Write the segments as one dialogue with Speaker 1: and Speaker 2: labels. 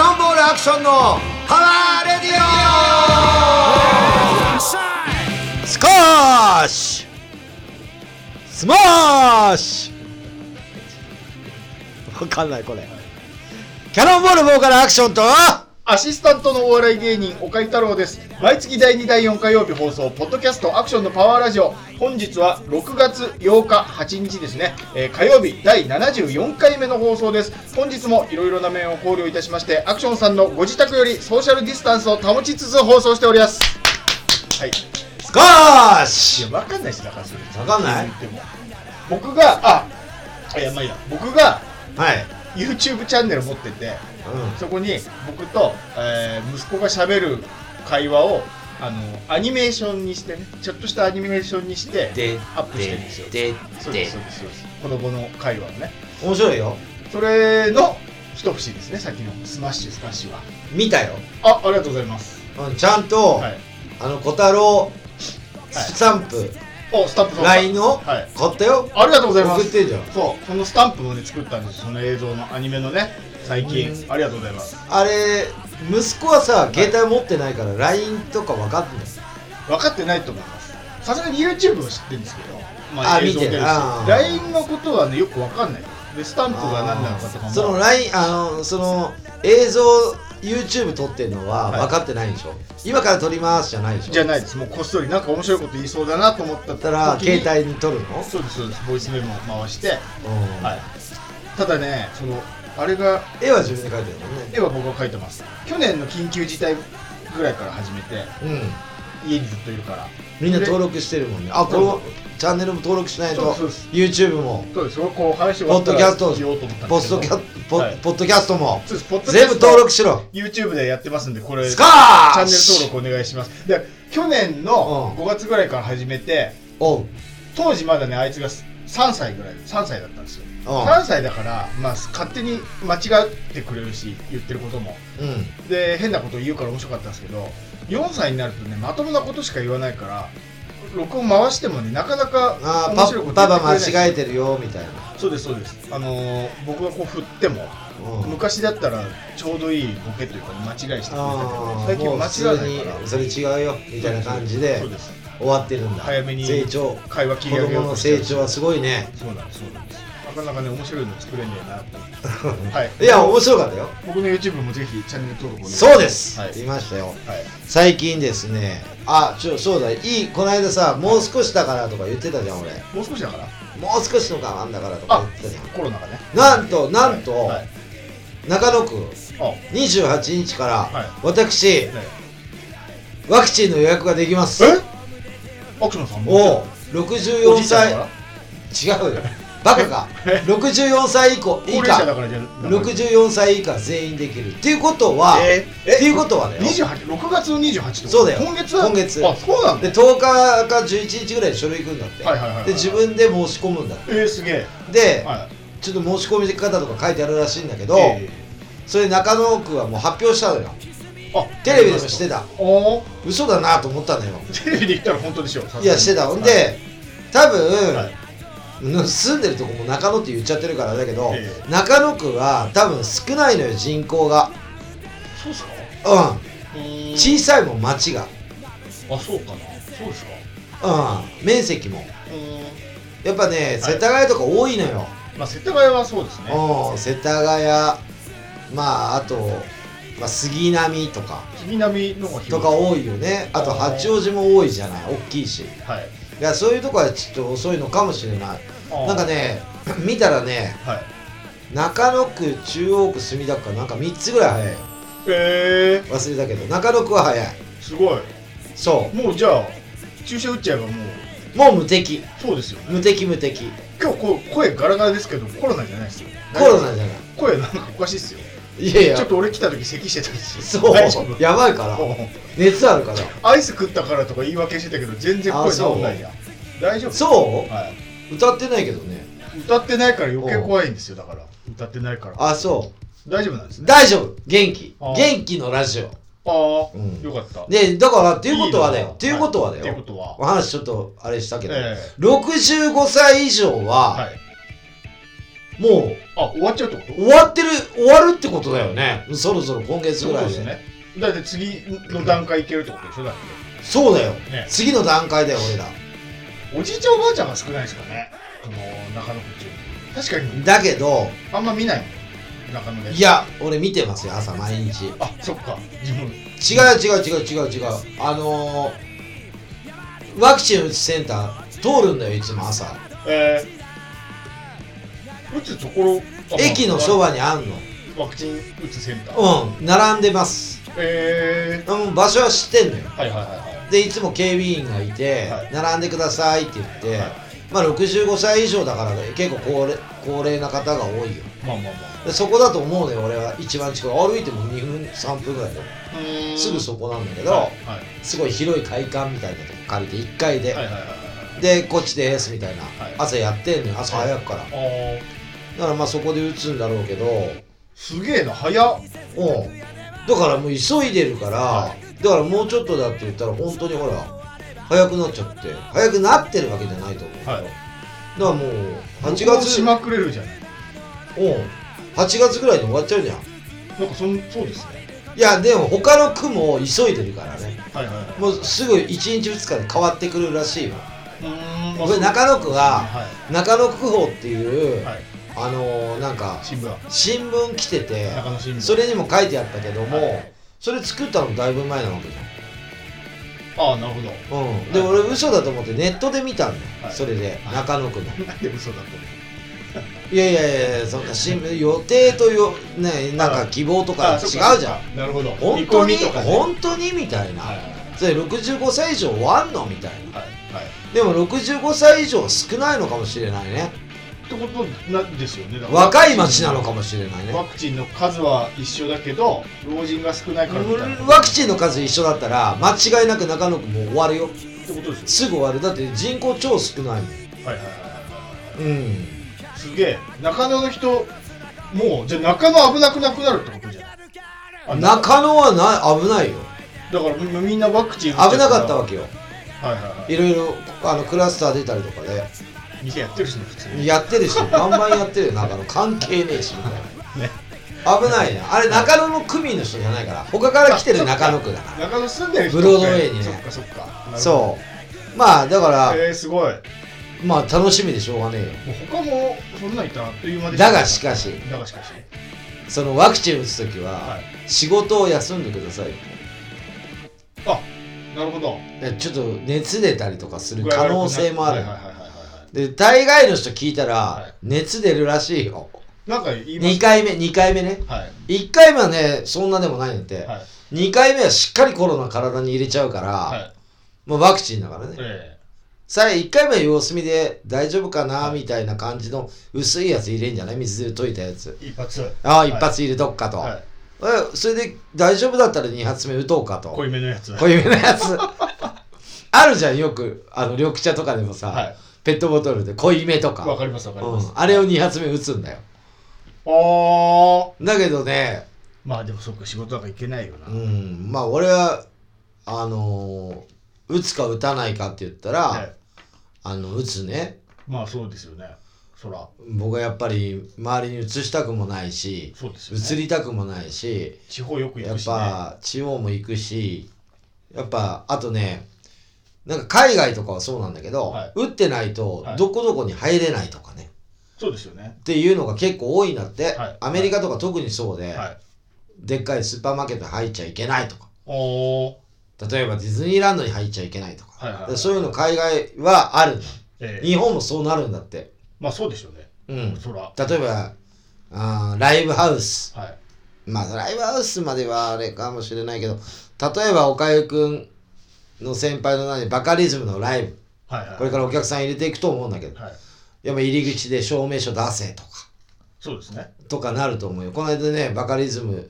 Speaker 1: ションのパワーレディオスコーシスマッシュわかんないこれキャノンボール棒からアクションと
Speaker 2: アシスタントのお笑い芸人、岡井太郎です。毎月第2、第4火曜日放送、ポッドキャストアクションのパワーラジオ。本日は6月8日、8日ですね。えー火曜日第74回目の放送です。本日もいろいろな面を考慮いたしまして、アクションさんのご自宅よりソーシャルディスタンスを保ちつつ放送しております。はい。
Speaker 1: スコーシ
Speaker 2: わかんないです、だからそれ。
Speaker 1: わかんない
Speaker 2: でも僕が、あ、あいや、まあいいや、僕が
Speaker 1: はい、
Speaker 2: YouTube チャンネル持ってて、
Speaker 1: う
Speaker 2: そこに僕と、えー息子がしゃべる会話をあのアニメーションにしてねちょっとしたアニメーションにして
Speaker 1: で
Speaker 2: アップしてるんですよ
Speaker 3: で
Speaker 2: そうで
Speaker 3: です
Speaker 2: そうですそうです子供の会話をね
Speaker 1: ん、面白いよ
Speaker 2: それの一節ですねさっきのスマッシュスマッシュは
Speaker 1: 見たよ、
Speaker 2: あありがとうございます
Speaker 1: うん、ちゃんと、
Speaker 2: はい
Speaker 1: あの小太郎スタンプ、
Speaker 2: おスタンプさん
Speaker 1: LINE を
Speaker 2: はい
Speaker 1: 買ったよ
Speaker 2: ありがとうございま
Speaker 1: 送っ
Speaker 2: す
Speaker 1: てんじゃん
Speaker 2: そうそのスタンプをね作ったんですその映像のアニメのね最近ありがとうございます
Speaker 1: あれ息子はさ携帯持ってないから LINE とか分かんない
Speaker 2: 分かってないと思いますさすがに YouTube は知ってるんですけど、
Speaker 1: あ見て
Speaker 2: 出るし
Speaker 1: あー
Speaker 2: LINE のことはねよく分かんないでスタンプが何なのかとかも
Speaker 1: その LINE あのその映像 YouTube 撮ってんのは
Speaker 2: はい
Speaker 1: 分かってないでしょ、今から撮りますじゃないでしょ
Speaker 2: じゃない
Speaker 1: だ
Speaker 2: ですもうこっそりなんか面白いこと言いそうだなと思った
Speaker 1: ったら
Speaker 2: 時に
Speaker 1: 携帯に撮るの、
Speaker 2: そうですそうですボイスメモを回して、
Speaker 1: うん
Speaker 2: はい、ただねそのあれが
Speaker 1: 絵は自分で描いてるもんね
Speaker 2: 絵は僕が描いてます去年の緊急事態ぐらいから始めて
Speaker 1: うん
Speaker 2: 家にずっといるから
Speaker 1: みんな登録してるもんねあこのチャンネルも登録しないと
Speaker 2: そうですそう
Speaker 1: YouTube も
Speaker 2: そうですよこう話終
Speaker 1: ポ
Speaker 2: わ
Speaker 1: ッ
Speaker 2: った
Speaker 1: ドキャ
Speaker 2: ら
Speaker 1: スト
Speaker 2: 言おうと思ったんですけど
Speaker 1: ポッドキャポ
Speaker 2: はい
Speaker 1: ポッドキャストも
Speaker 2: そうですポッドキャ
Speaker 1: 全
Speaker 2: スト
Speaker 1: 部登録しろ
Speaker 2: YouTube でやってますんでこれ
Speaker 1: スカー
Speaker 2: チャンネル登録お願いしますで去年の
Speaker 1: う
Speaker 2: 5月ぐらいから始めて
Speaker 1: おう
Speaker 2: 当時まだねあいつが3歳ぐらい3歳だったんですよ
Speaker 1: うん
Speaker 2: 3歳だから、まあ、勝手に間違ってくれるし言ってることも
Speaker 1: うん
Speaker 2: で変なこと言うから面白かったんですけど4歳になるとねまともなことしか言わないから録音回してもねなかなか
Speaker 1: あ
Speaker 2: 面白い
Speaker 1: ー
Speaker 2: こと
Speaker 1: パパ
Speaker 2: 言ってくれ
Speaker 1: パ間
Speaker 2: ないし
Speaker 1: 違えてるよみたいな、
Speaker 2: そうですそうですあのー僕がこう振っても
Speaker 1: うん、
Speaker 2: 昔だったらちょうどいいボケというか間違いしてくれたけど
Speaker 1: あー
Speaker 2: 最
Speaker 1: もう普
Speaker 2: 近間違わ
Speaker 1: 通
Speaker 2: ないから
Speaker 1: にそれ違うよみたいな感じで
Speaker 2: そうです
Speaker 1: 終わってるんだ
Speaker 2: 早めに
Speaker 1: 成長
Speaker 2: 会話
Speaker 1: 子
Speaker 2: 切り上げよ
Speaker 1: 供
Speaker 2: う
Speaker 1: の
Speaker 2: としてる
Speaker 1: 成長はすごいね
Speaker 2: そうなんですそうなんですなかなかね面白いの作れねえなと思ってはい
Speaker 1: いや面白かったよ
Speaker 2: 僕の YouTube もぜひチャンネル登録お願いします
Speaker 1: そうです、
Speaker 2: はい
Speaker 1: 言いましたよ
Speaker 2: はい
Speaker 1: 最近ですねあちょそうだいいこの間さもう少しだからとか言ってたじゃん俺
Speaker 2: もう少しだから
Speaker 1: もう少しの間なんだからとか
Speaker 2: あ
Speaker 1: 言ってたじゃん
Speaker 2: コロナがね
Speaker 1: なんとなんと、
Speaker 2: はいはい
Speaker 1: 中野区
Speaker 2: あ
Speaker 1: 28日から、
Speaker 2: はい
Speaker 1: 私
Speaker 2: ね
Speaker 1: ワクチンの予約ができます
Speaker 2: えアクションさん
Speaker 1: お
Speaker 2: も
Speaker 1: う
Speaker 2: お
Speaker 1: 64
Speaker 2: じいちゃん
Speaker 1: 歳
Speaker 2: だから
Speaker 1: 違うよバカか64歳以降
Speaker 2: 高
Speaker 1: 以
Speaker 2: 齢者
Speaker 1: 下
Speaker 2: だからじゃん
Speaker 1: 64歳以下全員できるっていうことは、
Speaker 2: ええ
Speaker 1: っていうことはね
Speaker 2: 二十八六月の二十八ってこと
Speaker 1: そうだよ
Speaker 2: 今月は
Speaker 1: 今月
Speaker 2: あそうなんだ
Speaker 1: で10日か11日ぐらいで書類行くんだって、
Speaker 2: はいはいはいはい
Speaker 1: で自分で申し込むんだって
Speaker 2: えー、すげえ
Speaker 1: で、
Speaker 2: はい
Speaker 1: ちょっと申し込み方とか書いてあるらしいんだけど、
Speaker 2: え
Speaker 1: それ中野区はもう発表したのよ
Speaker 2: ーあ
Speaker 1: テレビでもしてた
Speaker 2: おー
Speaker 1: 嘘だなと思ったのよ
Speaker 2: テレビで言ったら本当でしょさすがに
Speaker 1: いやしてたほんで多分、
Speaker 2: はい
Speaker 1: 住んでるとこも中野って言っちゃってるからだけど、
Speaker 2: え
Speaker 1: 中野区は多分少ないのよ人口が
Speaker 2: そうっすか
Speaker 1: う
Speaker 2: うーん
Speaker 1: ん小さいもん町が
Speaker 2: あそうかなそうですか
Speaker 1: うん面積も
Speaker 2: うーん
Speaker 1: やっぱね、世田谷とか多いのよ、
Speaker 2: まあ世田谷はそうですね
Speaker 1: うん世田谷まああと、まあ、杉並とか
Speaker 2: 杉並の方が広い
Speaker 1: とか多いよねあと
Speaker 2: あー
Speaker 1: 八王子も多いじゃない大きいし
Speaker 2: はい
Speaker 1: いやそういうとこはちょっと遅いのかもしれない
Speaker 2: あー
Speaker 1: なんかね 見たらね
Speaker 2: はい
Speaker 1: 中野区中央区墨田区かなんか3つぐらい早いよ
Speaker 2: え
Speaker 1: 忘れたけど中野区は早い
Speaker 2: ー、すごい
Speaker 1: そ
Speaker 2: もうじゃあ注射打っちゃえばもう
Speaker 1: うもう無敵
Speaker 2: そうですよね
Speaker 1: 無敵無敵
Speaker 2: 今日こう声ガラガラですけどコロナじゃないですよ
Speaker 1: コロナじゃない
Speaker 2: 声なんかおかしいっすよ
Speaker 1: いやい
Speaker 2: ちょっ
Speaker 1: や
Speaker 2: と俺来た時咳してたし
Speaker 1: そう
Speaker 2: 大丈夫
Speaker 1: やばいから
Speaker 2: うん
Speaker 1: 熱あるから
Speaker 2: アイス食ったからとか言い訳してたけど全然声治んないや大丈夫
Speaker 1: そ
Speaker 2: は
Speaker 1: う歌ってないけどね
Speaker 2: い、歌ってないから余計怖いんですよだから歌ってないから
Speaker 1: あそ
Speaker 2: 大丈夫なんです
Speaker 1: う
Speaker 2: ね
Speaker 1: 大丈夫元気
Speaker 2: あー
Speaker 1: 元気のラジオ
Speaker 2: ああ、
Speaker 1: うん
Speaker 2: よかった
Speaker 1: でだからっていうことはだ
Speaker 2: いい
Speaker 1: よ
Speaker 2: な
Speaker 1: っていうことはだ
Speaker 2: はい
Speaker 1: よ
Speaker 2: っていうことは
Speaker 1: 話ちょっとあれしたけど
Speaker 2: ええ
Speaker 1: 65歳以上は
Speaker 2: はい
Speaker 1: もう
Speaker 2: あ、終わっちゃうってこと
Speaker 1: 終わってる終わるってことだよねそろそろ今月
Speaker 2: そう
Speaker 1: ぐら
Speaker 2: いうこと
Speaker 1: い
Speaker 2: です
Speaker 1: で
Speaker 2: よね。だって次の段階いけるってことでしょだって
Speaker 1: そうだよ、
Speaker 2: ね
Speaker 1: 次の段階だよ俺ら
Speaker 2: おじいちゃんおばあちゃんが少ないですからね。この中野区中。確かに、
Speaker 1: だけど
Speaker 2: あんま見ないの中野で。
Speaker 1: い。や俺見てますよ朝毎日違う
Speaker 2: あ、そっか。自
Speaker 1: 違
Speaker 2: 分。
Speaker 1: う違う違う違うあのー、ワクチン打つセンター通るんだよいつも朝
Speaker 2: えー、打つところ、あ
Speaker 1: 駅のそばにあんの
Speaker 2: ワクチン打つセンター。
Speaker 1: うん並んでます
Speaker 2: え
Speaker 1: うん場所は知ってんのよ
Speaker 2: ー、はいはいはいはい。
Speaker 1: でいつも警備員がいて、
Speaker 2: はい
Speaker 1: 並んでくださいって言って、
Speaker 2: はい
Speaker 1: まあ65歳以上だから、ね、結構高齢高齢な方が多いよ
Speaker 2: まあまあま
Speaker 1: でそこだと思うね俺は一番近く歩いても2分3分ぐらいだよ
Speaker 2: あ。うーん
Speaker 1: すぐそこなんだけど、
Speaker 2: はいは
Speaker 1: すごい広い会館みたいなとこ借りて1階で、
Speaker 2: いはいはいはい
Speaker 1: でこっちですみたいな、
Speaker 2: はい
Speaker 1: 朝やってんのよ朝早くから、
Speaker 2: はい。あー
Speaker 1: だからまあそこで打つんだろうけど
Speaker 2: すげえな、早っ。
Speaker 1: うんだからもう急いでるから、
Speaker 2: は
Speaker 1: だからもうちょっとだって言ったら本当にほら早くなっちゃって早くなってるわけじゃないと思う、
Speaker 2: はい
Speaker 1: だからもう8
Speaker 2: 録音
Speaker 1: 月
Speaker 2: しまくれるじゃない。
Speaker 1: うん8月ぐらいで終わっちゃうじゃん
Speaker 2: なんかそん、そうですね。
Speaker 1: いやでも他の区も急いでるからね
Speaker 2: はいはいはい。
Speaker 1: もうすぐ1日2日で変わってくるらしいわ
Speaker 2: うーん、まあ
Speaker 1: これ中野区が
Speaker 2: は
Speaker 1: 中野区報ってい
Speaker 2: い。
Speaker 1: う、
Speaker 2: はい。
Speaker 1: あのー、なんか
Speaker 2: 新聞。
Speaker 1: 新聞来てて
Speaker 2: 中野新聞。
Speaker 1: それにも書いてあったけども、
Speaker 2: はい
Speaker 1: それ作ったのだいぶ前なわけじゃん
Speaker 2: ああ、なるほど。
Speaker 1: うん、で、
Speaker 2: はい
Speaker 1: 俺嘘だと思ってネットで見たんだよ、
Speaker 2: はい
Speaker 1: それで
Speaker 2: はい
Speaker 1: 中野区の、
Speaker 2: なんで嘘だと。
Speaker 1: い、やいやいやそんな新聞予定とよ、ね、なんか希望とか違うじゃん、
Speaker 2: ん。なるほど。
Speaker 1: 本当に
Speaker 2: 見込みとかね
Speaker 1: 本当にみたいな、
Speaker 2: はいはい
Speaker 1: それ65歳以上終わんのみたいな
Speaker 2: はい。はい。
Speaker 1: でも65歳以上は少ないのかもしれないね
Speaker 2: ってことなんですよね。だから
Speaker 1: 若い町なのかもしれないね
Speaker 2: ワクチンの数は一緒だけど、老人が少ないからみたいな。
Speaker 1: ワクチンの数一緒だったら間違いなく中野区もう終わるよ
Speaker 2: ンってことです
Speaker 1: すぐ終わるだって人口超少ないもん
Speaker 2: よ。はいはいは
Speaker 1: うん
Speaker 2: いはい。すげえ。中野の人、もう、じゃあ中野危なくなくなるってことじゃないあ
Speaker 1: 中野はな危ないよ
Speaker 2: だからみみんなワクチン
Speaker 1: 危なかったわ
Speaker 2: け。
Speaker 1: けよ
Speaker 2: はいはい
Speaker 1: いろいろあのクラスター出たりとかで
Speaker 2: はい。店やってるしね、普通に。
Speaker 1: やって るしバンバンやってるよ中野関係ねえしみたい
Speaker 2: ね
Speaker 1: な危ないねあれ中野の区民の人じゃないから他から来てる中野区だか
Speaker 2: 中野住んでる人
Speaker 1: ブロードウェイにね
Speaker 2: そっかそっか。なるほ ど
Speaker 1: らそうまあだから
Speaker 2: えー、すごい。
Speaker 1: まあ楽しみでしょうがねえ
Speaker 2: もう他もそんなんいたらあっという間
Speaker 1: よ
Speaker 2: で
Speaker 1: だがしかし
Speaker 2: だがしかし
Speaker 1: そのワクチン打つ時
Speaker 2: は
Speaker 1: はい仕事を休んでください
Speaker 2: あなるほど
Speaker 1: でちょっと熱出たりとかする可能性もある
Speaker 2: はいはいはいはいは
Speaker 1: で大概の人聞いた
Speaker 2: は
Speaker 1: ら
Speaker 2: い
Speaker 1: 熱出るらしいよ
Speaker 2: いなんか言いま
Speaker 1: 2
Speaker 2: す
Speaker 1: 回目2回目ね
Speaker 2: は
Speaker 1: 1回目はねそんなでもないんだって、
Speaker 2: いはい
Speaker 1: 2回目はしっかりコロナ体に入れちゃうから、
Speaker 2: はい
Speaker 1: まあ、ワクチンだからね、
Speaker 2: え
Speaker 1: さあ1回目は様子見で大丈夫かなみたいな感じの薄いやつ入れんじゃない水で溶いたやつ
Speaker 2: え一発は
Speaker 1: ああ
Speaker 2: い
Speaker 1: 一発入れとくかと、
Speaker 2: い
Speaker 1: えそれで大丈夫だったら2発目打とうかと
Speaker 2: 濃いめのやつ
Speaker 1: 濃いめのやつ あるじゃんよくあの緑茶とかでもさ、
Speaker 2: は
Speaker 1: ペットボトルで濃いめと
Speaker 2: い
Speaker 1: か
Speaker 2: わかりますわかり
Speaker 1: う
Speaker 2: ます
Speaker 1: ん、あれを2発目打つんだよ
Speaker 2: ああ
Speaker 1: だけどね
Speaker 2: まあでもそっか仕事なんか行けないよな
Speaker 1: うんまあ俺はあのー打つか打たないかって言ったら、
Speaker 2: はい
Speaker 1: あの打つね
Speaker 2: まあそうですよねそら
Speaker 1: 僕はやっぱり周りに移したくもないし
Speaker 2: そうですよ
Speaker 1: 移
Speaker 2: ね
Speaker 1: りたくもないし
Speaker 2: 地方よく行
Speaker 1: や
Speaker 2: く
Speaker 1: っ
Speaker 2: しねは
Speaker 1: ぱ地方も行くしやっぱあとねなんか海外とかはそうなんだけど、
Speaker 2: はい
Speaker 1: 打ってないと
Speaker 2: はい
Speaker 1: どこどこに入れないとかね、
Speaker 2: いそうですよね
Speaker 1: っていうのが結構多いんだって、
Speaker 2: はい
Speaker 1: アメリカとか特にそうで、
Speaker 2: はい
Speaker 1: でっかいスーパーマーケットに入っちゃいけないとか
Speaker 2: おお
Speaker 1: 例えばディズニーランドに入っちゃいけないとか、
Speaker 2: はいはいはい
Speaker 1: でそういうの海外はあるんだ
Speaker 2: ええ
Speaker 1: 日本もそうなるんだって、
Speaker 2: まあそうでしょうね
Speaker 1: うん、
Speaker 2: そら
Speaker 1: 例えばあーライブハウス
Speaker 2: はい
Speaker 1: まあライブハウスまではあれかもしれないけど例えばおかゆくんの先輩の何バカリズムのライブ
Speaker 2: はいはい
Speaker 1: これからお客さん入れていくと思うんだけど
Speaker 2: はい
Speaker 1: やっぱ入り口で証明書出せとか
Speaker 2: そうですね
Speaker 1: とかなると思うよこの間ねバカリズム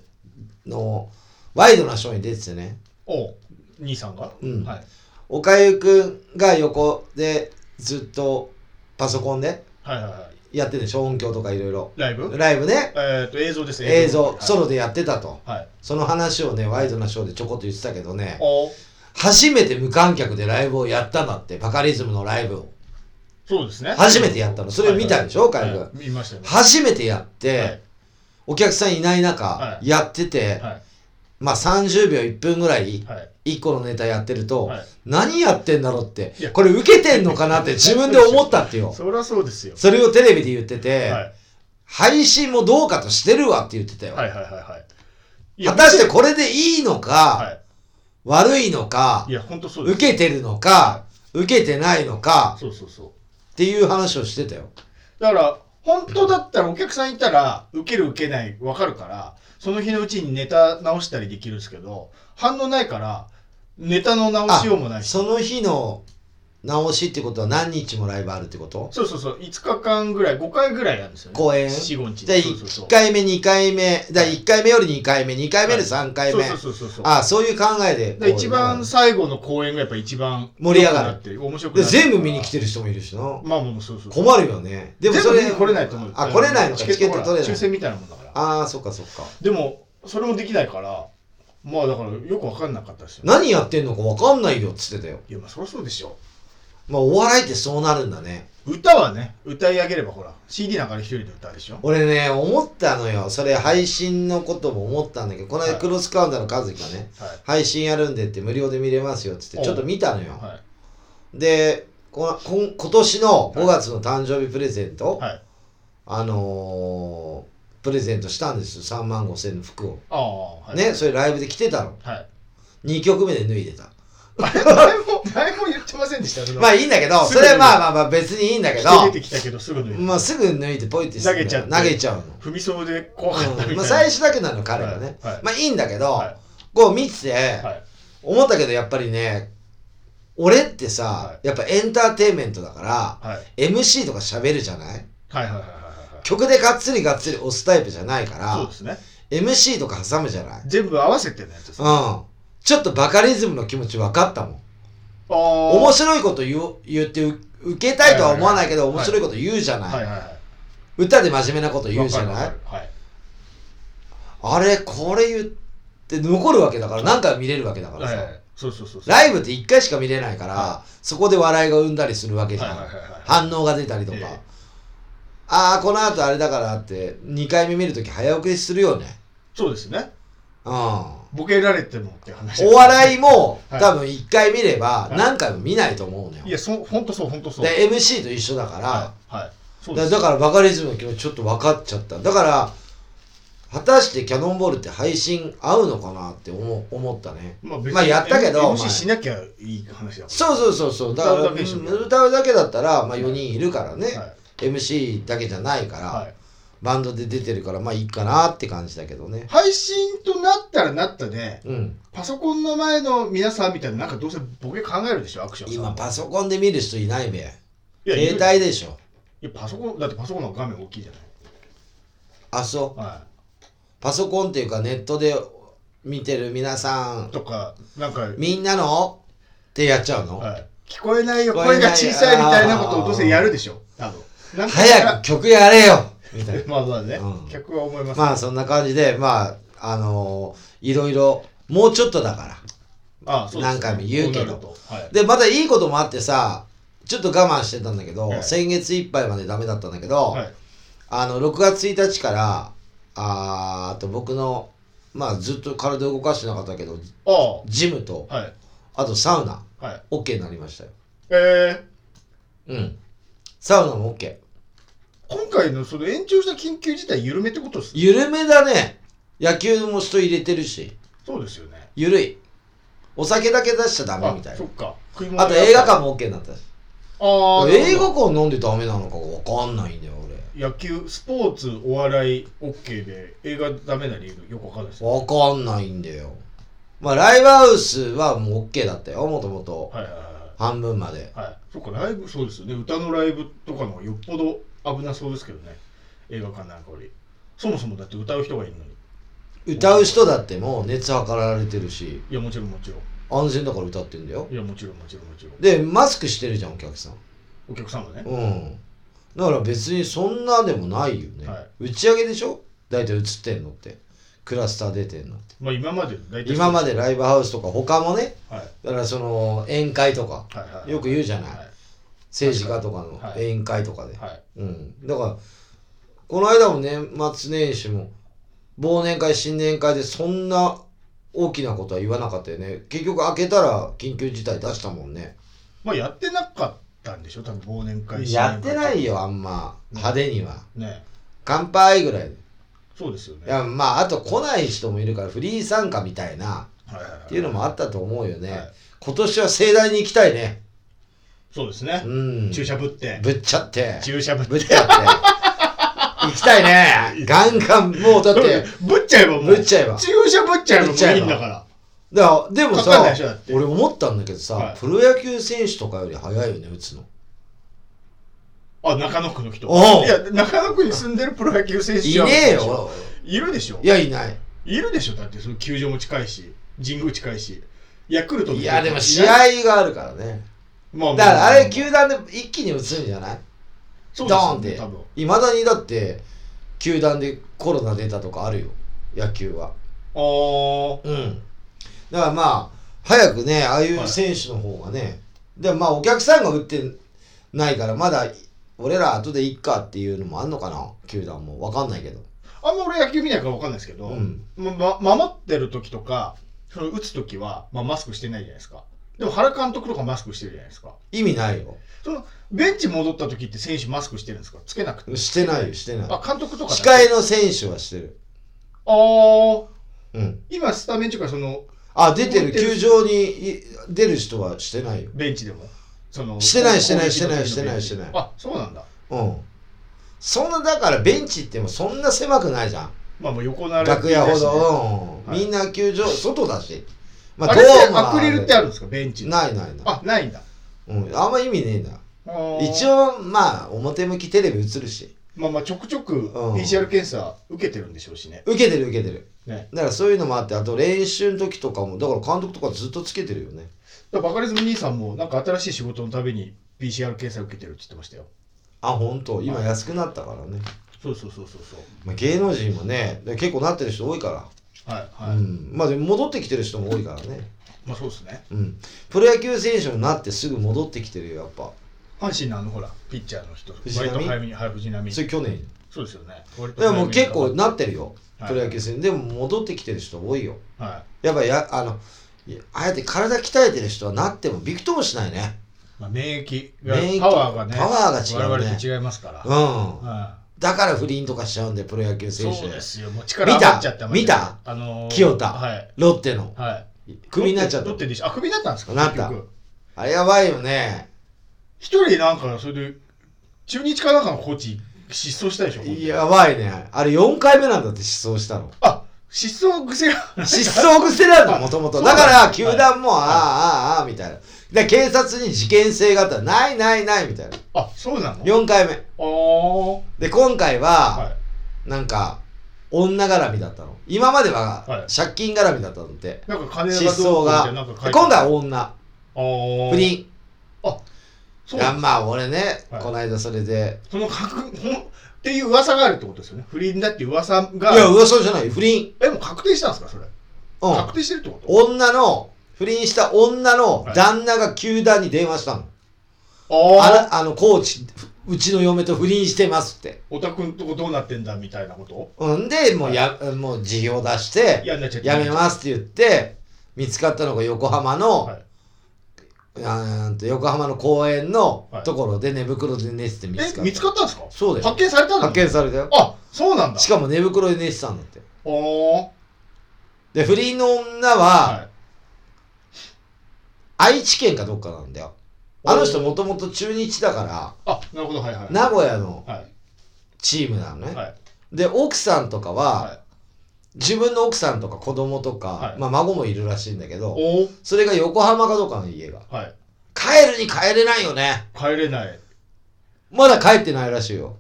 Speaker 1: のワイドなショーに出ててね
Speaker 2: おう兄さんが
Speaker 1: うん
Speaker 2: はい
Speaker 1: おかゆくんが横でずっとパソコンで
Speaker 2: はいはいはい
Speaker 1: やってて超音響とかいろいろ
Speaker 2: ライブ
Speaker 1: ライブね
Speaker 2: えっと映像です
Speaker 1: 映像ソ
Speaker 2: ロ
Speaker 1: ロでやってたと
Speaker 2: はい
Speaker 1: その話をねワイドなショーでちょこっと言ってたけどね
Speaker 2: お
Speaker 1: 初めて無観客でライブをやったんだってバカリズムのライブを
Speaker 2: そうですね
Speaker 1: 初めてやったのそれ見たでしょ海君
Speaker 2: はい見ましたよ
Speaker 1: 初めてやって、
Speaker 2: はい
Speaker 1: お客さんいない中、
Speaker 2: はい
Speaker 1: やってて、
Speaker 2: は
Speaker 1: まあ30秒1分ぐらい
Speaker 2: いはい
Speaker 1: 1個のネタやってると、
Speaker 2: はい
Speaker 1: 何やってんだろうって
Speaker 2: いや
Speaker 1: これ受けてんのかなって自分で思ったってよ
Speaker 2: そりゃそうですよ
Speaker 1: それをテレビで言ってて、
Speaker 2: はい
Speaker 1: 配信もどうかとしてるわって言ってたよ、
Speaker 2: はいはいはいはいいや
Speaker 1: 果たしてこれでいいのか、
Speaker 2: は
Speaker 1: 悪いのか
Speaker 2: いいや本当そうです
Speaker 1: 受けてるのか受けてないのか
Speaker 2: そうそうそう
Speaker 1: っていう話をしてたよ
Speaker 2: だから本当だったらお客さんいたら受ける受けない分かるからその日のうちにネタ直したりできるんですけど反応ないからネタの直しようもないし
Speaker 1: その日の直しってことは何日もライブあるってこと
Speaker 2: そうそうそう5日間ぐらい5回ぐらいやるんですよね
Speaker 1: 公演
Speaker 2: 45日
Speaker 1: で
Speaker 2: そうそうそう
Speaker 1: 1回目2回目だ1回目より2回目2回目より3回目
Speaker 2: そうそうそうそう
Speaker 1: あそういう考えで
Speaker 2: で一番最後の公演がやっぱ一番
Speaker 1: 盛り上がる
Speaker 2: 良くなって面白く
Speaker 1: で
Speaker 2: なって
Speaker 1: 全部見に来てる人もいるしな
Speaker 2: まあまあまあそうそう
Speaker 1: 困るよねで
Speaker 2: で
Speaker 1: も
Speaker 2: も
Speaker 1: そ
Speaker 2: そ
Speaker 1: れ
Speaker 2: れ来れないと思う
Speaker 1: あ来れないのかチケット
Speaker 2: ほら
Speaker 1: 取れない
Speaker 2: 抽選みたいなもんだから
Speaker 1: ああそっかそっか
Speaker 2: でもそれもできないからまあだからよく分かんなかったですよね
Speaker 1: 何やってんのか分かんないよっつってたよ
Speaker 2: いやまあそりゃそうでしょ
Speaker 1: まあお笑いってそうなるんだね
Speaker 2: 歌はね歌い上げればほら CD なんかで一人で歌うでしょ
Speaker 1: 俺ね思ったのよそれ配信のことも思ったんだけどこの間
Speaker 2: はい
Speaker 1: クロスカウンターの和樹がね
Speaker 2: はい
Speaker 1: 配信やるんでって無料で見れますよっつってちょっと見たのよ、
Speaker 2: は
Speaker 1: でここん今年の5月の誕生日プレゼント、
Speaker 2: いはい
Speaker 1: あのープレゼントしたんですよ3万5千の服を、
Speaker 2: ああはい
Speaker 1: ねそれライブで着てたの
Speaker 2: はい
Speaker 1: 2曲目で脱いでた
Speaker 2: あれ誰も 誰も言ってませんでしたよね
Speaker 1: まあいいんだけど
Speaker 2: す
Speaker 1: そ
Speaker 2: ぐ脱い
Speaker 1: れ
Speaker 2: で
Speaker 1: はまあまあまあ別にいいんだけど
Speaker 2: 着て出てきたけどすぐ脱いで
Speaker 1: まあすぐ脱いでポイって
Speaker 2: 投げちゃって
Speaker 1: 投げ ちゃうの、
Speaker 2: 踏みそうで怖かったみたいな、
Speaker 1: うんまあ最初だけなの彼はね、
Speaker 2: はいはい
Speaker 1: まあいいんだけど、
Speaker 2: は
Speaker 1: こう見てて、
Speaker 2: いはい
Speaker 1: 思ったけどやっぱりね俺ってさ、
Speaker 2: は
Speaker 1: やっぱエンターテインメントだから
Speaker 2: はい
Speaker 1: MC とか喋るじゃない
Speaker 2: はいはいはいはい
Speaker 1: 曲でがっつりがっつり押すタイプじゃないか
Speaker 2: はいそうで
Speaker 1: ら
Speaker 2: すね
Speaker 1: MC とか挟むじゃない
Speaker 2: 全部合わせてのやつですね
Speaker 1: うん。ちょっとバカリズムの気持ち分かったもん。
Speaker 2: ああ
Speaker 1: 面白いこと言う言ってう受けたいとは思わないけど
Speaker 2: はいは
Speaker 1: 面
Speaker 2: い
Speaker 1: 白いこと言うじゃない。
Speaker 2: はいはいはい
Speaker 1: 歌で真面目なこと言うじゃ
Speaker 2: わか
Speaker 1: な
Speaker 2: る
Speaker 1: い
Speaker 2: わかるはい
Speaker 1: あれ、これ言って残るわけだから、何回も見れるわけだから
Speaker 2: は
Speaker 1: さ。
Speaker 2: いはいそうそうそうそう
Speaker 1: ライブって1回しか見れないから、そこで笑いが生んだりするわけじゃん。
Speaker 2: はいはいはいはい
Speaker 1: 反応が出たりとか。
Speaker 2: ええ
Speaker 1: ああ、この後あれだからって、2回目見るとき早送りするよね。
Speaker 2: そうですね
Speaker 1: うん。
Speaker 2: ボケられてもって話
Speaker 1: お笑いも、
Speaker 2: はい
Speaker 1: 多分1回見れば
Speaker 2: はい
Speaker 1: 何回も見ないと思うのよ。
Speaker 2: いやそう本当そう本当そう
Speaker 1: で MC と一緒だから、
Speaker 2: はいはいそうで
Speaker 1: だ
Speaker 2: す
Speaker 1: だからバカリズムの気持ちちょっと分かっちゃっただから果たしてキャノンボールって配信合うのかなって思う思ったね
Speaker 2: まあ別に
Speaker 1: まあやったけど
Speaker 2: MC
Speaker 1: まあ
Speaker 2: しなきゃいい話だか
Speaker 1: そうそうそうそうだから
Speaker 2: 歌
Speaker 1: うん
Speaker 2: うだけでしょ
Speaker 1: 歌うだけだったら、まあ、4人いるからね、
Speaker 2: らはい
Speaker 1: MC だけじゃないから、
Speaker 2: はい
Speaker 1: バンドで出てるからまあいいかなって感じだけどね
Speaker 2: 配信となったらなったで
Speaker 1: うん
Speaker 2: パソコンの前の皆さんみたいななんかどうせボケ考えるでしょアクションさん
Speaker 1: 今パソコンで見る人いないべ
Speaker 2: いやい
Speaker 1: 携
Speaker 2: る
Speaker 1: 帯でしょ
Speaker 2: いやパソコンだってパソコンの画面大きいじゃない
Speaker 1: あそう
Speaker 2: は
Speaker 1: パソコンっていうかネットで見てる皆さん
Speaker 2: いとかなんか
Speaker 1: みんなのってやっちゃうの、
Speaker 2: はい聞こえないよ
Speaker 1: 聞こえな
Speaker 2: 声
Speaker 1: い
Speaker 2: が小さいみたいなことをどうせやるでしょ多分なんか
Speaker 1: 早く曲やれよみたいな
Speaker 2: まあまあね、
Speaker 1: うん
Speaker 2: 客は思います、
Speaker 1: まあそんな感じでまああのーいろいろもうちょっとだから
Speaker 2: ああそうですね
Speaker 1: 何回も言うけど
Speaker 2: こなると
Speaker 1: でまたいいこともあってさちょっと我慢してたんだけど、
Speaker 2: はい
Speaker 1: 先月いっぱいまでダメだったんだけど、
Speaker 2: はい、はい、
Speaker 1: あの6月1日からあーあと僕のまあずっと体動かしてなかったけど
Speaker 2: あ
Speaker 1: ジムと
Speaker 2: あはい
Speaker 1: あとサウナ
Speaker 2: はい
Speaker 1: OK になりましたよ
Speaker 2: えー
Speaker 1: うんサウナも OK
Speaker 2: 今回のその延長した緊急事態緩めってことです
Speaker 1: 緩めだね野球も人入れてるし
Speaker 2: そうですよね
Speaker 1: 緩いお酒だけ出しちゃダメ
Speaker 2: あ
Speaker 1: みたい
Speaker 2: そ
Speaker 1: な
Speaker 2: っか食い物
Speaker 1: あと映画館も OK になったし
Speaker 2: ああ
Speaker 1: 映画館なんでダメなのかが分かんないんだよ
Speaker 2: 野球スポーツお笑い OK で映画ダメな理由よくわかんないですは
Speaker 1: 俺分かんないんだよまあライブハウスはもう OK だったよもともと
Speaker 2: いはいはいはい
Speaker 1: 半分まで
Speaker 2: はい、そっかライブそうですよね歌のライブとかの方がよっぽど危なそうですけどね映画館なんかよりそもそもだって歌う人がいるのに
Speaker 1: 歌う人だってもう熱測られてるし
Speaker 2: いやもちろんもちろん
Speaker 1: 安全だから歌ってんだよ
Speaker 2: いやもちろんもちろんもちろん
Speaker 1: でマスクしてるじゃんお客さん
Speaker 2: お客さんがね
Speaker 1: うんだから別にそんなでもないよね、
Speaker 2: は
Speaker 1: 打ち上げでしょ大体映ってんのってクラスター出てんのって
Speaker 2: まあ今まで大体
Speaker 1: 今ま
Speaker 2: で、
Speaker 1: でライブハウスとか他もね
Speaker 2: はい、
Speaker 1: だからその宴会とか
Speaker 2: はいはいはい
Speaker 1: よく言うじゃない
Speaker 2: はい
Speaker 1: 政治家とかの
Speaker 2: はい
Speaker 1: 宴会とかで、
Speaker 2: はい。
Speaker 1: うん、だからこの間も年末年始も忘年会新年会でそんな大きなことは言わなかったよね結局開けたら緊急事態出したもんね
Speaker 2: まあやってなかったんでしょ多分忘年会。
Speaker 1: やってない
Speaker 2: よ。
Speaker 1: よあんま
Speaker 2: うん
Speaker 1: 派手には
Speaker 2: ね。
Speaker 1: 乾杯ぐらい
Speaker 2: そうですよ
Speaker 1: い
Speaker 2: ね。
Speaker 1: やまああと来ない人もいるからフリー参加みたいな
Speaker 2: はいはいはい。
Speaker 1: っていうのもあったと思うよね、
Speaker 2: はい
Speaker 1: 今年は盛大に行きたいね
Speaker 2: そうですね
Speaker 1: う。ん
Speaker 2: 注射ぶって。
Speaker 1: ぶっちゃって
Speaker 2: 注射ぶって。
Speaker 1: ぶっちゃって 行きたいねガンガンもうだって
Speaker 2: ぶっちゃえばもう。
Speaker 1: ぶっちゃえば
Speaker 2: 注射ぶっちゃえばもういいんだから。
Speaker 1: だからでも
Speaker 2: かかん
Speaker 1: さ
Speaker 2: ないでしょだって
Speaker 1: 俺思ったんだけどさ、
Speaker 2: はい
Speaker 1: プロ野球選手とかより早いよね打つの
Speaker 2: あ、中野区の人。
Speaker 1: おう
Speaker 2: いや、中野区に住んでるプロ野球選手
Speaker 1: い
Speaker 2: じゃん
Speaker 1: ねえ。よ
Speaker 2: いるでしょ
Speaker 1: いやいない
Speaker 2: いるでしょだって、その球場も近いし、神宮近いし、ヤクルトの
Speaker 1: い
Speaker 2: 人
Speaker 1: やでも試合があるからね
Speaker 2: ま
Speaker 1: だからあれ球団で一気に打つんじゃない
Speaker 2: そう
Speaker 1: ドーンっ
Speaker 2: です
Speaker 1: て
Speaker 2: よね多分
Speaker 1: いまだにだって球団でコロナ出たとかあるよ野球は
Speaker 2: あー
Speaker 1: うんだからまあ早くねああいう選手の方がね、でもまあお客さんが打ってないからまだ俺ら後でいっかっていうのもあんのかな球団もわかんないけど
Speaker 2: あんま俺野球見ないから分かんないですけど、
Speaker 1: うん
Speaker 2: まま、守ってる時とか、その打つ時は、まあ、マスクしてないじゃないですか。でも原監督とかマスクしてるじゃないですか。
Speaker 1: 意味ないよ
Speaker 2: そのベンチ戻った時って選手マスクしてるんですかつけなくて。
Speaker 1: してないよしてない
Speaker 2: あ、監督とかだけ
Speaker 1: 控えの選手はしてる
Speaker 2: あー
Speaker 1: うん
Speaker 2: 今スタメン中からその
Speaker 1: あ出てる球場にい出る人はしてないよ
Speaker 2: ベンチでも。その
Speaker 1: してないしてない
Speaker 2: 攻撃の時のベンチ
Speaker 1: してないしてないしてない
Speaker 2: あ、そうなんだ。
Speaker 1: うんそんなだからベンチってもそんな狭くないじゃん
Speaker 2: まあもう横並び
Speaker 1: 楽屋ほど、うん
Speaker 2: はい
Speaker 1: みんな球場外だし、ま
Speaker 2: あれって
Speaker 1: は
Speaker 2: アクリルってあるんですかベンチに
Speaker 1: ないないない
Speaker 2: あないんだ
Speaker 1: うん、あんま意味ねえな一
Speaker 2: 応
Speaker 1: 応まあ表向きテレビ映るし
Speaker 2: まあまあちょくちょく
Speaker 1: うん
Speaker 2: PCR 検査受けてるんでしょうしね
Speaker 1: 受けてる受けてる
Speaker 2: ね
Speaker 1: だからそういうのもあってあと練習の時とかもだから監督とかずっとつけてるよね
Speaker 2: だからバカリズム兄さんもなんか新しい仕事のために PCR 検査受けてるって言ってましたよ
Speaker 1: あ本当今安くなったからね、
Speaker 2: そうそうそうそうそう
Speaker 1: まあ、芸能人もねで結構なってる人多いか
Speaker 2: はい
Speaker 1: ら、
Speaker 2: はい、
Speaker 1: うん、まあでも戻ってきてる人も多いからね
Speaker 2: まあそうですね
Speaker 1: うんプロ野球選手もなってすぐ戻ってきてるよやっぱ
Speaker 2: 阪神のあのほらピッチャーの人
Speaker 1: 藤浪
Speaker 2: 割と早めにはい藤浪
Speaker 1: それ去年
Speaker 2: そうですよね割と
Speaker 1: で
Speaker 2: 早
Speaker 1: も
Speaker 2: めに
Speaker 1: もう結構なってるよ、
Speaker 2: はい
Speaker 1: プロ野球選手でも戻ってきてる人多いよ
Speaker 2: は
Speaker 1: やっぱやあのいあえて体鍛えてる人はなってもびくともしないね
Speaker 2: い、まあ、免疫
Speaker 1: 免疫
Speaker 2: がパワーがね
Speaker 1: パワーが違うね
Speaker 2: 我々と違いますから、
Speaker 1: う
Speaker 2: うんん
Speaker 1: だから不倫とかしちゃうんでプロ野球選手
Speaker 2: そうですよもう力余っちゃった
Speaker 1: 見た
Speaker 2: あのー
Speaker 1: 清田
Speaker 2: はい
Speaker 1: ロッテの
Speaker 2: はい
Speaker 1: クビになっちゃっ
Speaker 2: ロッ
Speaker 1: た
Speaker 2: テでしょあクビになったんですか
Speaker 1: なった
Speaker 2: 結局
Speaker 1: あれやばいよね
Speaker 2: 一人なんかそれで中日かなんかのコーチ失踪したでしょ本当に
Speaker 1: やばいねあれ4回目なんだって失踪したの
Speaker 2: あ失踪癖が
Speaker 1: 失踪癖なんだもともと
Speaker 2: そう
Speaker 1: だ
Speaker 2: だ
Speaker 1: から
Speaker 2: はい
Speaker 1: 球団もああああああみたいなで警察に事件性があったらないないないみたいな
Speaker 2: あそうなのあ
Speaker 1: 4回目
Speaker 2: あー
Speaker 1: で今回
Speaker 2: は
Speaker 1: はいなんか女絡みだったの今まで
Speaker 2: は
Speaker 1: はい借金絡みだったのって
Speaker 2: なんか金が
Speaker 1: 失
Speaker 2: ど
Speaker 1: 踪
Speaker 2: うこうみた
Speaker 1: が
Speaker 2: いななんか書いて
Speaker 1: で今回は女
Speaker 2: あー
Speaker 1: 不倫
Speaker 2: そ
Speaker 1: いうやまあ俺ね、
Speaker 2: はい
Speaker 1: この間それで
Speaker 2: その確ほんっていう噂があるってことですよね不倫だっていう噂
Speaker 1: い
Speaker 2: が
Speaker 1: や噂じゃない不倫
Speaker 2: えもう確定したんですかそれ
Speaker 1: うん
Speaker 2: 確定してるってこと
Speaker 1: 女の不倫した女の
Speaker 2: はい
Speaker 1: 旦那が球団に電話したの、
Speaker 2: ああ
Speaker 1: あらあのコーチうちの嫁と不倫してますって
Speaker 2: おたくんとこどうなってんだみたいなこと
Speaker 1: うんでもうや、もう事業出して
Speaker 2: 嫌になっちゃって
Speaker 1: やめ
Speaker 2: す
Speaker 1: ますって言って見つかったのが横浜の、
Speaker 2: はい
Speaker 1: あーと横浜の公園の
Speaker 2: はい
Speaker 1: ところで寝袋で寝てて見つかった、
Speaker 2: え見つかったんですか
Speaker 1: そうだよ
Speaker 2: 発見されたんだ
Speaker 1: 発見されたよ
Speaker 2: あそうなんだ
Speaker 1: しかも寝袋で寝てたんだって
Speaker 2: おー
Speaker 1: で不倫の女は
Speaker 2: はい
Speaker 1: 愛知県かどっかなんだよあの人もともと中日だか
Speaker 2: あなるほどはいは
Speaker 1: ら
Speaker 2: い
Speaker 1: 名古屋の
Speaker 2: は
Speaker 1: チームなのね、
Speaker 2: いはい
Speaker 1: で奥さんとかは、
Speaker 2: はい
Speaker 1: 自分の奥さんとか子供とか、
Speaker 2: はい
Speaker 1: まあ、孫もいるらしいんだけど
Speaker 2: おー
Speaker 1: それが横浜かどっかの家が
Speaker 2: はい
Speaker 1: 帰るに帰れないよね
Speaker 2: 帰れない
Speaker 1: まだ帰ってないらしいよ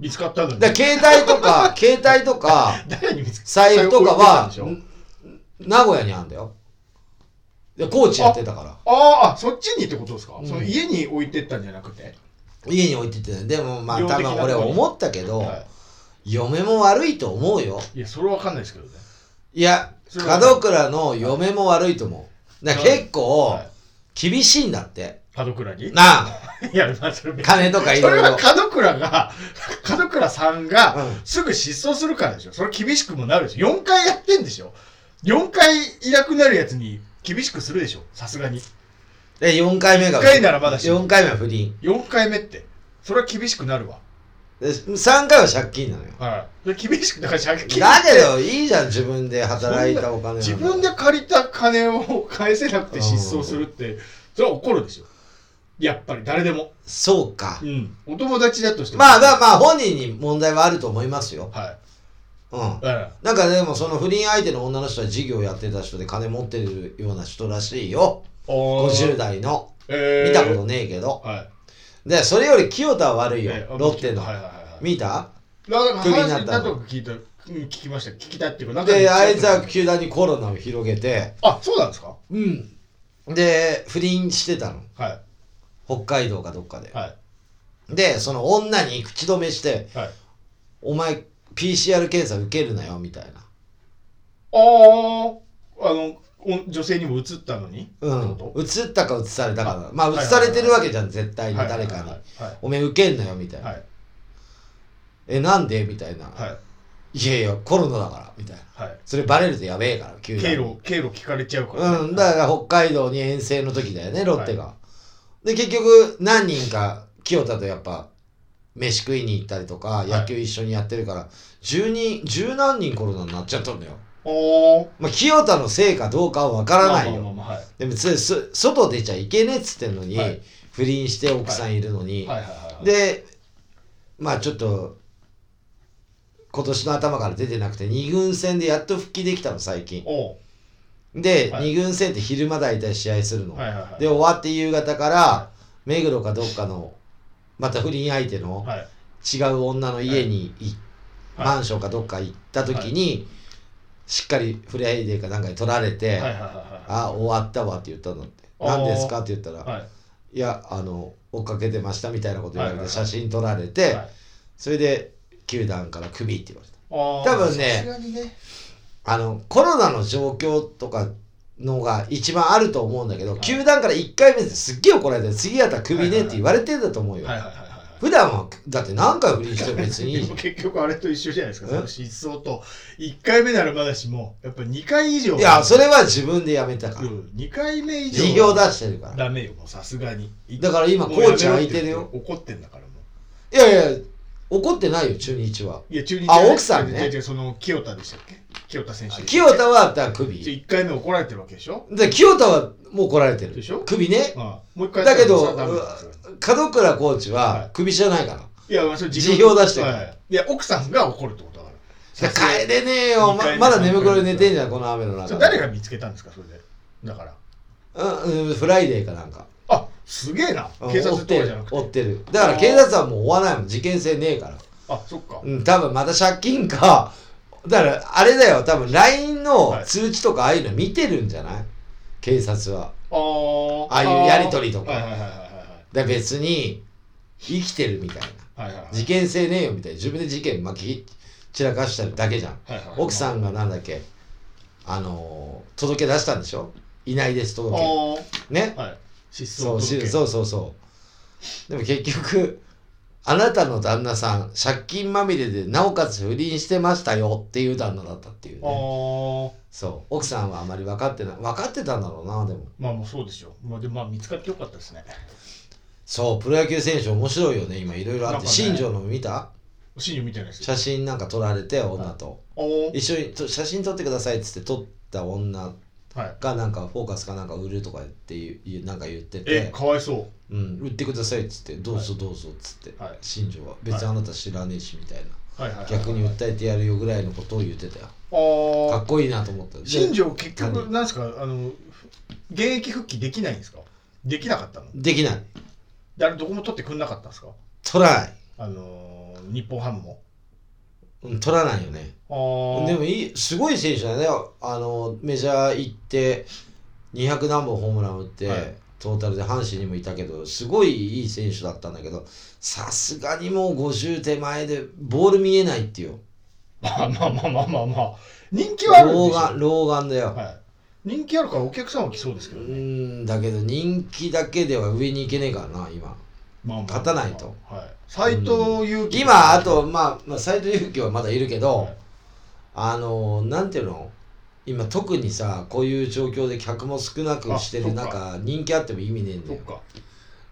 Speaker 2: 見つかったのに
Speaker 1: だから携帯と か携帯とか
Speaker 2: 誰に見つか
Speaker 1: 財布とかは
Speaker 2: 財布置いてたんでしょ
Speaker 1: ん名古屋にあるんだよでコーチやってたから
Speaker 2: あーあそっちにってことですか、
Speaker 1: うん
Speaker 2: その家に置いてったんじゃなくて
Speaker 1: 家に置いててでもまあ
Speaker 2: 量的
Speaker 1: 多
Speaker 2: な
Speaker 1: 分俺
Speaker 2: とこに
Speaker 1: 思ったけど、
Speaker 2: は
Speaker 1: 嫁も悪いと思うよ
Speaker 2: いいやそれは分かんないですけどね
Speaker 1: いや
Speaker 2: それは
Speaker 1: 門倉の嫁も悪いと思うだから結構
Speaker 2: はい
Speaker 1: 厳しいんだって
Speaker 2: 門倉に
Speaker 1: なあ
Speaker 2: いや、まあ、それ別に
Speaker 1: 金とかい
Speaker 2: そ
Speaker 1: ろ
Speaker 2: れ
Speaker 1: いろ
Speaker 2: は門倉が、 門倉さんが
Speaker 1: うん
Speaker 2: すぐ失踪するからでしょ。それ厳しくもなるでしょ。4回やってんでしょ。4回いなくなるやつに厳しくするでしょ。さすがに。
Speaker 1: で4回目が
Speaker 2: 一回ならまだしも
Speaker 1: 4回目は不倫
Speaker 2: 4回目って。それは厳しくなるわ。
Speaker 1: で3回は借金なのよ
Speaker 2: はい。で厳しく、だから借金
Speaker 1: だ
Speaker 2: って
Speaker 1: けどいいじゃん自分で働いたお金なんだ
Speaker 2: 自分で借りた金を返せなくて失踪するって、それは怒るでしょ。やっぱり誰でも。
Speaker 1: そうか
Speaker 2: うん。お友達だとしても。
Speaker 1: まあまあまあ本人に問題はあると思いますよ
Speaker 2: は
Speaker 1: う
Speaker 2: い。
Speaker 1: ん
Speaker 2: え
Speaker 1: なんかでもその不倫相手の女の人は事業やってた人で金持ってるような人らしいよ
Speaker 2: えおー
Speaker 1: 50代の
Speaker 2: えー
Speaker 1: 見たことねえけど
Speaker 2: はい。
Speaker 1: でそれより清田は悪いよ
Speaker 2: ええ
Speaker 1: ロッテの
Speaker 2: はいはいはいはい。
Speaker 1: 見た
Speaker 2: だから
Speaker 1: クビにな
Speaker 2: 話
Speaker 1: っ
Speaker 2: に
Speaker 1: た
Speaker 2: な
Speaker 1: の
Speaker 2: と聞いた、うん聞きました。聞きたっていうか、なんか
Speaker 1: であいつは球団にコロナを広げて
Speaker 2: あ、そうなんですか
Speaker 1: うんで不倫してたの
Speaker 2: は
Speaker 1: 北海道かどっかで
Speaker 2: い。はい。
Speaker 1: でその女に口止めして
Speaker 2: はい。
Speaker 1: 「お前 PCR 検査受けるなよ」みたいな
Speaker 2: あーあのお女性にも移ったのに、
Speaker 1: う
Speaker 2: って
Speaker 1: ん
Speaker 2: こ
Speaker 1: 移ったか移されたか
Speaker 2: あ
Speaker 1: まあ移
Speaker 2: はいはい
Speaker 1: されてるわけじゃん絶
Speaker 2: と
Speaker 1: 対に誰かに
Speaker 2: は
Speaker 1: 「お前受けんなよ」みたい
Speaker 2: い
Speaker 1: な
Speaker 2: は
Speaker 1: 「
Speaker 2: い
Speaker 1: えなんで?」みたいな
Speaker 2: はいは
Speaker 1: 「
Speaker 2: い
Speaker 1: いやいやコロナだから」みたいな
Speaker 2: はい
Speaker 1: それバレるとやべえから急
Speaker 2: 経路経路聞かれちゃうからね、
Speaker 1: うんだから北海道に遠征の時だよねロッテがで結局何人か清田とやっぱ飯食いに行ったりとか
Speaker 2: い
Speaker 1: 野球一緒にやってるから10人十何人コロナになっちゃったんだよ
Speaker 2: おー
Speaker 1: まあ、清田のせいかどうかはわからないよ。
Speaker 2: まあまあまあまあはい
Speaker 1: でもつす外出ちゃいけねえっつってんのに、
Speaker 2: はい
Speaker 1: 不倫して奥さんいるのに、
Speaker 2: はいはいはいはい
Speaker 1: でまあちょっと今年の頭から出てなくて2軍戦でやっと復帰できたの最近
Speaker 2: おう
Speaker 1: で、
Speaker 2: はい
Speaker 1: 二2軍戦って昼間大体試合するの、
Speaker 2: はいはいはい
Speaker 1: で終わって夕方から、
Speaker 2: は
Speaker 1: 目黒かどっかのまた不倫相手の
Speaker 2: はい
Speaker 1: 違う女の家に行っ
Speaker 2: はい
Speaker 1: マンションかどっか行った時に、しっかりフレイデーかなんかに取られて、
Speaker 2: はいはいはいは
Speaker 1: あ終わったわって言ったのって
Speaker 2: あー
Speaker 1: 何ですかって言ったら、
Speaker 2: いはい
Speaker 1: い、やあの追っかけてましたみたいなこと言われて、
Speaker 2: はいはいはい
Speaker 1: 写真撮られて、
Speaker 2: はい
Speaker 1: それで球団からクビって言われた
Speaker 2: あー
Speaker 1: 多分ね
Speaker 2: さすがにね
Speaker 1: あのコロナの状況とかのが一番あると思うんだけど、
Speaker 2: はい
Speaker 1: 球団から1回目ですっげえ怒られて次やったらクビねって言われてたと思うよ、
Speaker 2: はいはいはいはい
Speaker 1: 普段はだって何回不倫しても別にい
Speaker 2: で
Speaker 1: いじゃ
Speaker 2: も
Speaker 1: ん
Speaker 2: 結局あれと一緒じゃないですか
Speaker 1: え
Speaker 2: その失踪と1回目ならまだしもやっぱ2回以上
Speaker 1: いやそれは自分でやめたから、
Speaker 2: うん2回目以上
Speaker 1: 事業出してるから
Speaker 2: ダメよもうさすがに
Speaker 1: だから今コーチ空いてるよ
Speaker 2: もうやめろって言って怒ってんだからもう
Speaker 1: いやいや怒ってないよ中日はい
Speaker 2: や中日
Speaker 1: あ奥さんね
Speaker 2: 違う違うその清田でしたっけ清田選手
Speaker 1: 清田はだからクビ
Speaker 2: 1回目怒られてるわけでしょ
Speaker 1: で清田はもう怒られてる
Speaker 2: でしょ
Speaker 1: 首ね
Speaker 2: ああもう一回
Speaker 1: だけど
Speaker 2: やったらダメだそれ
Speaker 1: 門倉コーチ
Speaker 2: は
Speaker 1: はい首じゃないから
Speaker 2: いやまあそれ
Speaker 1: 辞表出してる
Speaker 2: はいいや奥さんが怒るってことだから
Speaker 1: だ
Speaker 2: さすが
Speaker 1: から帰れねえよ
Speaker 2: 二
Speaker 1: ま
Speaker 2: 回目
Speaker 1: まだ眠くろで寝てんじゃんこの雨の
Speaker 2: そ
Speaker 1: 中
Speaker 2: れ誰が見つけたんですかそれでだから
Speaker 1: うん、うん、フライデーかなんか
Speaker 2: あすげえな
Speaker 1: うん
Speaker 2: 警察
Speaker 1: 追っ
Speaker 2: と
Speaker 1: て
Speaker 2: かじゃ
Speaker 1: る
Speaker 2: なく
Speaker 1: 追
Speaker 2: て
Speaker 1: ってるだから警察はもう追わないもん事件性ねえから
Speaker 2: あそっか
Speaker 1: うん多分また借金かだからあれだよ多分 LINE の
Speaker 2: はい
Speaker 1: 通知とかああいうの見てるんじゃない警察は
Speaker 2: あー
Speaker 1: ああいうやりとりとか
Speaker 2: はいはいはいはい
Speaker 1: だから別に生きてるみたいな
Speaker 2: はいはいはい
Speaker 1: 事件性ねえよみたいな自分で事件まき散らかしただけじゃん
Speaker 2: はいはい
Speaker 1: 奥さ
Speaker 2: あ
Speaker 1: んがなんだっけあのー届け出したんでしょいないです
Speaker 2: あ
Speaker 1: 届け
Speaker 2: ー
Speaker 1: ね
Speaker 2: はい失
Speaker 1: そ
Speaker 2: 踪
Speaker 1: うし
Speaker 2: 届
Speaker 1: そうそうそうでも結局あなたの旦那さん借金まみれでなおかつ不倫してましたよっていう旦那だったっていうね
Speaker 2: あー
Speaker 1: そう奥さんはあまり分かってない分かってたんだろうなでも
Speaker 2: まあもうそうでしょう。まあでもまあ見つかってよかったですね。
Speaker 1: そうプロ野球選手面白いよね今いろいろあって、
Speaker 2: なんかね
Speaker 1: 新庄の見た
Speaker 2: シニみたいなやつ。
Speaker 1: 写真なんか撮られて女と、
Speaker 2: おー
Speaker 1: 一緒にと写真撮ってくださいっつって撮った女
Speaker 2: はい。
Speaker 1: がなんかフォーカスかなんか売るとかっていうなんか言って
Speaker 2: え
Speaker 1: て、、
Speaker 2: かわいそう。
Speaker 1: うん、売ってくださいっつってどうぞどうぞっつって、
Speaker 2: はい
Speaker 1: 新庄は別にあなた知らねえしみたいな、
Speaker 2: はいはいはい、
Speaker 1: 逆に訴えてやるよぐらいのことを言ってたよか
Speaker 2: ああ
Speaker 1: っこいいなと思ったで
Speaker 2: 新庄結局なんですかあのふ現役復帰できないんですかできなかったの
Speaker 1: できない
Speaker 2: 誰どこも取ってくんなかったんですか
Speaker 1: 取らない
Speaker 2: あのー、日本ハムも
Speaker 1: うん取らないよね
Speaker 2: ああ
Speaker 1: でもいいすごい選手だねあのメジャー行って200何本ホームラン打って、
Speaker 2: はい
Speaker 1: トータルで阪神にもいたけどすごいいい選手だったんだけどさすがにもう50手前でボール見えないっていう
Speaker 2: まあまあまあまあまあまあ人気はあるんで
Speaker 1: 老
Speaker 2: しょ
Speaker 1: 眼老眼だよ、
Speaker 2: は人気あるからお客さんは来そうですけ
Speaker 1: う
Speaker 2: どね。
Speaker 1: ーんだけど人気だけでは上に行けねえからな今
Speaker 2: まあまあ
Speaker 1: 勝たないと。
Speaker 2: はい。斎藤佑樹。
Speaker 1: 今あとまあ、まあ、斎藤佑樹はまだいるけど、
Speaker 2: はい
Speaker 1: あのなんていうの今特にさこういう状況で客も少なくしてる
Speaker 2: あそ
Speaker 1: 中人気あっても意味ねえん
Speaker 2: そ
Speaker 1: だ
Speaker 2: っ
Speaker 1: よ
Speaker 2: か。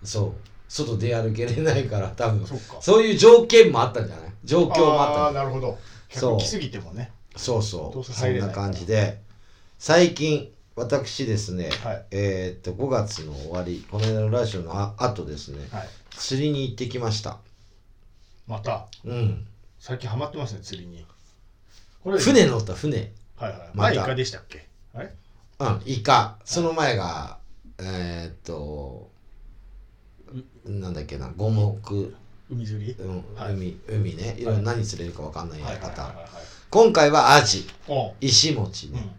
Speaker 1: そう外出歩けれないから多分
Speaker 2: そっか。
Speaker 1: そういう条件もあったんじゃない状況も
Speaker 2: あ
Speaker 1: あ
Speaker 2: あー、
Speaker 1: った
Speaker 2: なるほど。
Speaker 1: そう
Speaker 2: 客来すぎてもね。
Speaker 1: そうそ
Speaker 2: どう
Speaker 1: う
Speaker 2: せ
Speaker 1: そ
Speaker 2: 入
Speaker 1: ん
Speaker 2: れな
Speaker 1: ない
Speaker 2: から
Speaker 1: 感じで最近私ですね、
Speaker 2: はい。
Speaker 1: えーっと5月の終わりこの間のラジオのあ後ですね
Speaker 2: はい。
Speaker 1: 釣りに行ってきました
Speaker 2: また、
Speaker 1: うん
Speaker 2: 最近ハマってますね、釣りに。これ
Speaker 1: 船乗った船
Speaker 2: はいはい。
Speaker 1: また
Speaker 2: 前イカでしたっけあれ
Speaker 1: うん、イカ。その前が、えーっと、なんだっけな、五目、
Speaker 2: 海釣り
Speaker 1: うん、
Speaker 2: はい
Speaker 1: 海、海ね。いろいろ何釣れるかわかんないやり
Speaker 2: はいはい
Speaker 1: 方。
Speaker 2: はいはい。
Speaker 1: 今回はアジ、
Speaker 2: おう
Speaker 1: 石餅
Speaker 2: う
Speaker 1: ね。
Speaker 2: ん。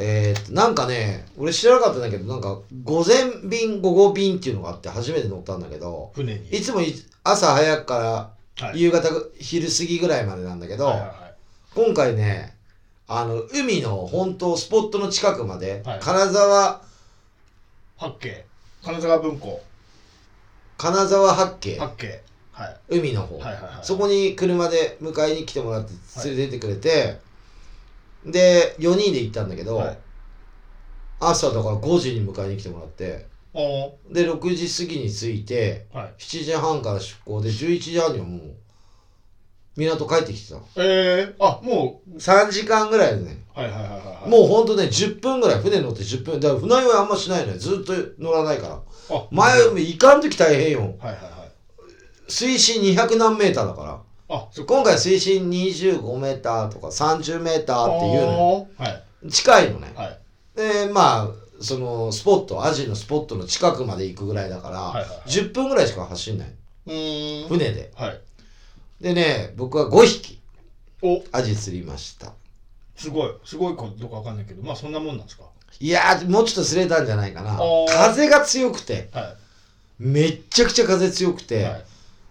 Speaker 1: えーっと、なんかね、俺知らなかったんだけど、なんか、午前便、午後便っていうのがあって初めて乗ったんだけど、
Speaker 2: 船に。
Speaker 1: いつもい朝早くか
Speaker 2: は
Speaker 1: ら
Speaker 2: い
Speaker 1: 夕方、昼過ぎぐらいまでなんだけど、
Speaker 2: はいは
Speaker 1: 今回ねあの海の本当スポットの近くまで、
Speaker 2: はい
Speaker 1: 金沢
Speaker 2: いはい。八景。金沢文庫。
Speaker 1: 金沢八景
Speaker 2: 八景。はい。
Speaker 1: 海の方、
Speaker 2: はいはいはい。
Speaker 1: そこに車で迎えに来てもらって連れてってくれて、で4人で行ったんだけど、
Speaker 2: はい
Speaker 1: 朝だから5時に迎えに来てもらって
Speaker 2: おう
Speaker 1: で6時過ぎに着いて
Speaker 2: はい。
Speaker 1: 7時半から出港で11時半にはもう港帰ってきてた
Speaker 2: えー、あ、もう、
Speaker 1: 3時間ぐらいでね
Speaker 2: はいはいはいはいはい。
Speaker 1: もうほんとね10分ぐらい船乗って10分だから船酔いあんましないのよずっと乗らないから
Speaker 2: あ
Speaker 1: 前
Speaker 2: はい
Speaker 1: 行かん時大変よ
Speaker 2: はいはい。
Speaker 1: 水深200何メーターだから
Speaker 2: あ、そっか。
Speaker 1: 今回水深25メーターとか30メーターっていうのよ
Speaker 2: おーはい
Speaker 1: 近いのね
Speaker 2: はい
Speaker 1: でまあそのスポットアジのスポットの近くまで行くぐらいだから、
Speaker 2: はいはいはい
Speaker 1: 10分ぐらいしか走んないう
Speaker 2: ーん。
Speaker 1: 船で
Speaker 2: はい。
Speaker 1: でね僕は5匹
Speaker 2: お、
Speaker 1: アジ釣りました
Speaker 2: すごい。すごいことかわかんないけど、まあそんなもんなんですか。
Speaker 1: いやーもうちょっと釣れたんじゃないかな
Speaker 2: おー
Speaker 1: 風が強くて
Speaker 2: は
Speaker 1: めっちゃくちゃ風強く
Speaker 2: い。
Speaker 1: て、
Speaker 2: はい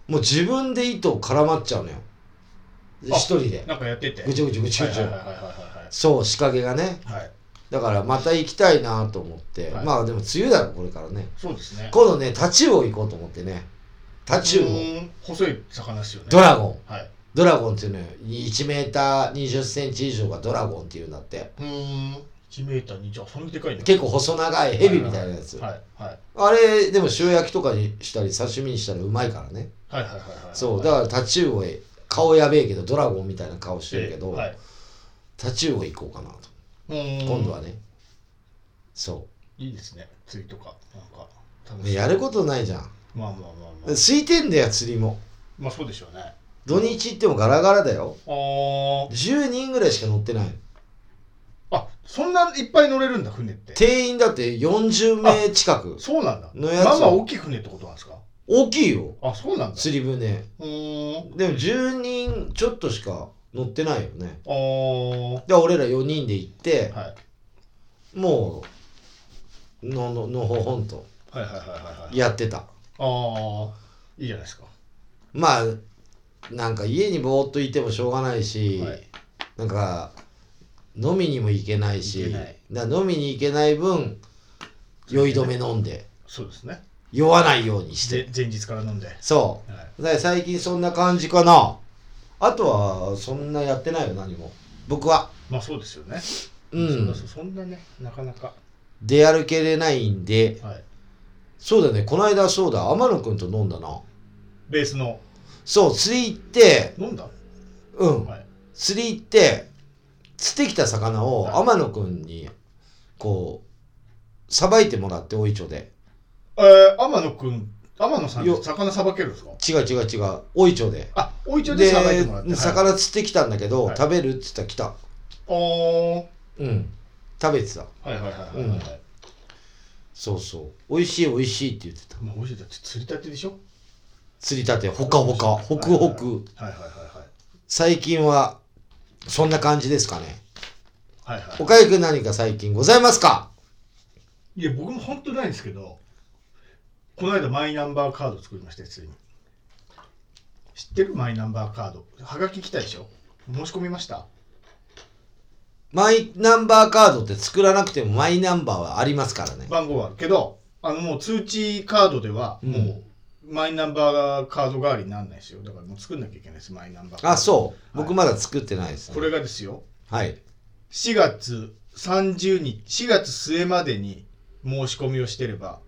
Speaker 1: もう自分で糸絡まっちゃうのよ
Speaker 2: あ
Speaker 1: 一人で
Speaker 2: なんかやってて。
Speaker 1: ぐちょぐちょぐちょぐちょ、
Speaker 2: はいはいはいはい
Speaker 1: そう仕掛けがね
Speaker 2: はい。はい。
Speaker 1: だからまた行きたいなと思って、
Speaker 2: はい
Speaker 1: まあでも梅雨だろこれからね
Speaker 2: そうですね。
Speaker 1: 今度ねタチウオ行こうと思ってねタチウ
Speaker 2: う
Speaker 1: オ
Speaker 2: ーん細い魚ですよね。
Speaker 1: ドラゴン
Speaker 2: はい。
Speaker 1: ドラゴンっていうのよ1メーター2 0ンチ以上がドラゴンっていうんだって
Speaker 2: うーん。1メーターにじゃあそんなでかいね。
Speaker 1: 結構細長いヘビみたいなやつ、
Speaker 2: はいはい
Speaker 1: あれでも塩焼きとかにしたり刺身にしたらうまいからね、
Speaker 2: はいはいはいはいはい。
Speaker 1: そうだからタチウオへ顔やべえけどドラゴンみたいな顔してるけど、
Speaker 2: えーはい。
Speaker 1: タチウオ行こうかなと
Speaker 2: うーん
Speaker 1: 今度はねそ
Speaker 2: いいですね。釣りとかなんか楽
Speaker 1: う
Speaker 2: しい。
Speaker 1: やることないじゃん
Speaker 2: まあまあまあまあ。
Speaker 1: 空いてんだよ釣りも
Speaker 2: まあそうでしょうね。
Speaker 1: 土日行ってもガラガラだよ
Speaker 2: あー
Speaker 1: 10人ぐらいしか乗ってない
Speaker 2: あそんないっぱい乗れるんだ船って
Speaker 1: 定員だって40名近く
Speaker 2: そうなんだ
Speaker 1: のやつ
Speaker 2: まあまあ大きい船ってことなんですか
Speaker 1: 大きいよ
Speaker 2: あそうなんだ
Speaker 1: 釣り船
Speaker 2: うーん
Speaker 1: でも10人ちょっとしか乗ってないよね
Speaker 2: あー
Speaker 1: で俺ら4人で行って
Speaker 2: はい
Speaker 1: もうのののほほんと
Speaker 2: はいはいはいはいはい
Speaker 1: やってた
Speaker 2: ああいいじゃないですか
Speaker 1: まあなんか家にぼーっといてもしょうがないし、
Speaker 2: はい
Speaker 1: なんか飲みにも行けないし
Speaker 2: 行けない
Speaker 1: だから飲みに行けない分酔い止め飲んで
Speaker 2: そうですね
Speaker 1: 酔わないようにして
Speaker 2: ぜ前日から飲んではい
Speaker 1: そ
Speaker 2: は
Speaker 1: うだから最近そんな感じかなあとはそんなやってないよ何も僕は
Speaker 2: まあそうですよね
Speaker 1: う
Speaker 2: そだ
Speaker 1: ん
Speaker 2: そうそんなねなかなか
Speaker 1: 出歩けれないんで
Speaker 2: はい
Speaker 1: そうだねこの間そうだ天野くんと飲んだな
Speaker 2: ベースの
Speaker 1: そう釣り行って
Speaker 2: 飲んだ
Speaker 1: うん
Speaker 2: はい
Speaker 1: 釣り行って釣ってきた魚を
Speaker 2: はい
Speaker 1: 天野くんにこうさばいてもらって大いちょで
Speaker 2: えー、天野くん天野さんっ
Speaker 1: よ
Speaker 2: て魚さばけるんですか
Speaker 1: 違う違う違う大いちょで
Speaker 2: あおいちょいで
Speaker 1: で
Speaker 2: さばいてもらってはい
Speaker 1: 魚釣ってきたんだけど、
Speaker 2: はい
Speaker 1: 食べるっつったら来た
Speaker 2: あー
Speaker 1: うん食べてた
Speaker 2: はいはいはいはいはいはい
Speaker 1: そうそう美味しい美味しいって言ってた
Speaker 2: まあおいしいだって釣りたてでしょ
Speaker 1: 釣りたてほかほかほくほく
Speaker 2: はいはいはいはい
Speaker 1: 最近はそんな感じですかね
Speaker 2: はいはい
Speaker 1: おかゆくん何か最近ございますか
Speaker 2: いや僕も本当ないんですけどこの間マイナンバーカード作りましたよついに知ってるマイナンバーカードはがき来たでしょ申し込みました
Speaker 1: マイナンバーカードって作らなくてもマイナンバーはありますからね。
Speaker 2: 番号はあるけどあのもう通知カードでは
Speaker 1: うん
Speaker 2: もうマイナンバーカード代わりにならないですよだからもう作んなきゃいけないですマイナンバーカード
Speaker 1: あ、そう。
Speaker 2: はい
Speaker 1: 僕まだ作ってないです、
Speaker 2: これがですよ
Speaker 1: はい。
Speaker 2: 4月30日4月末までに申し込みをしてれば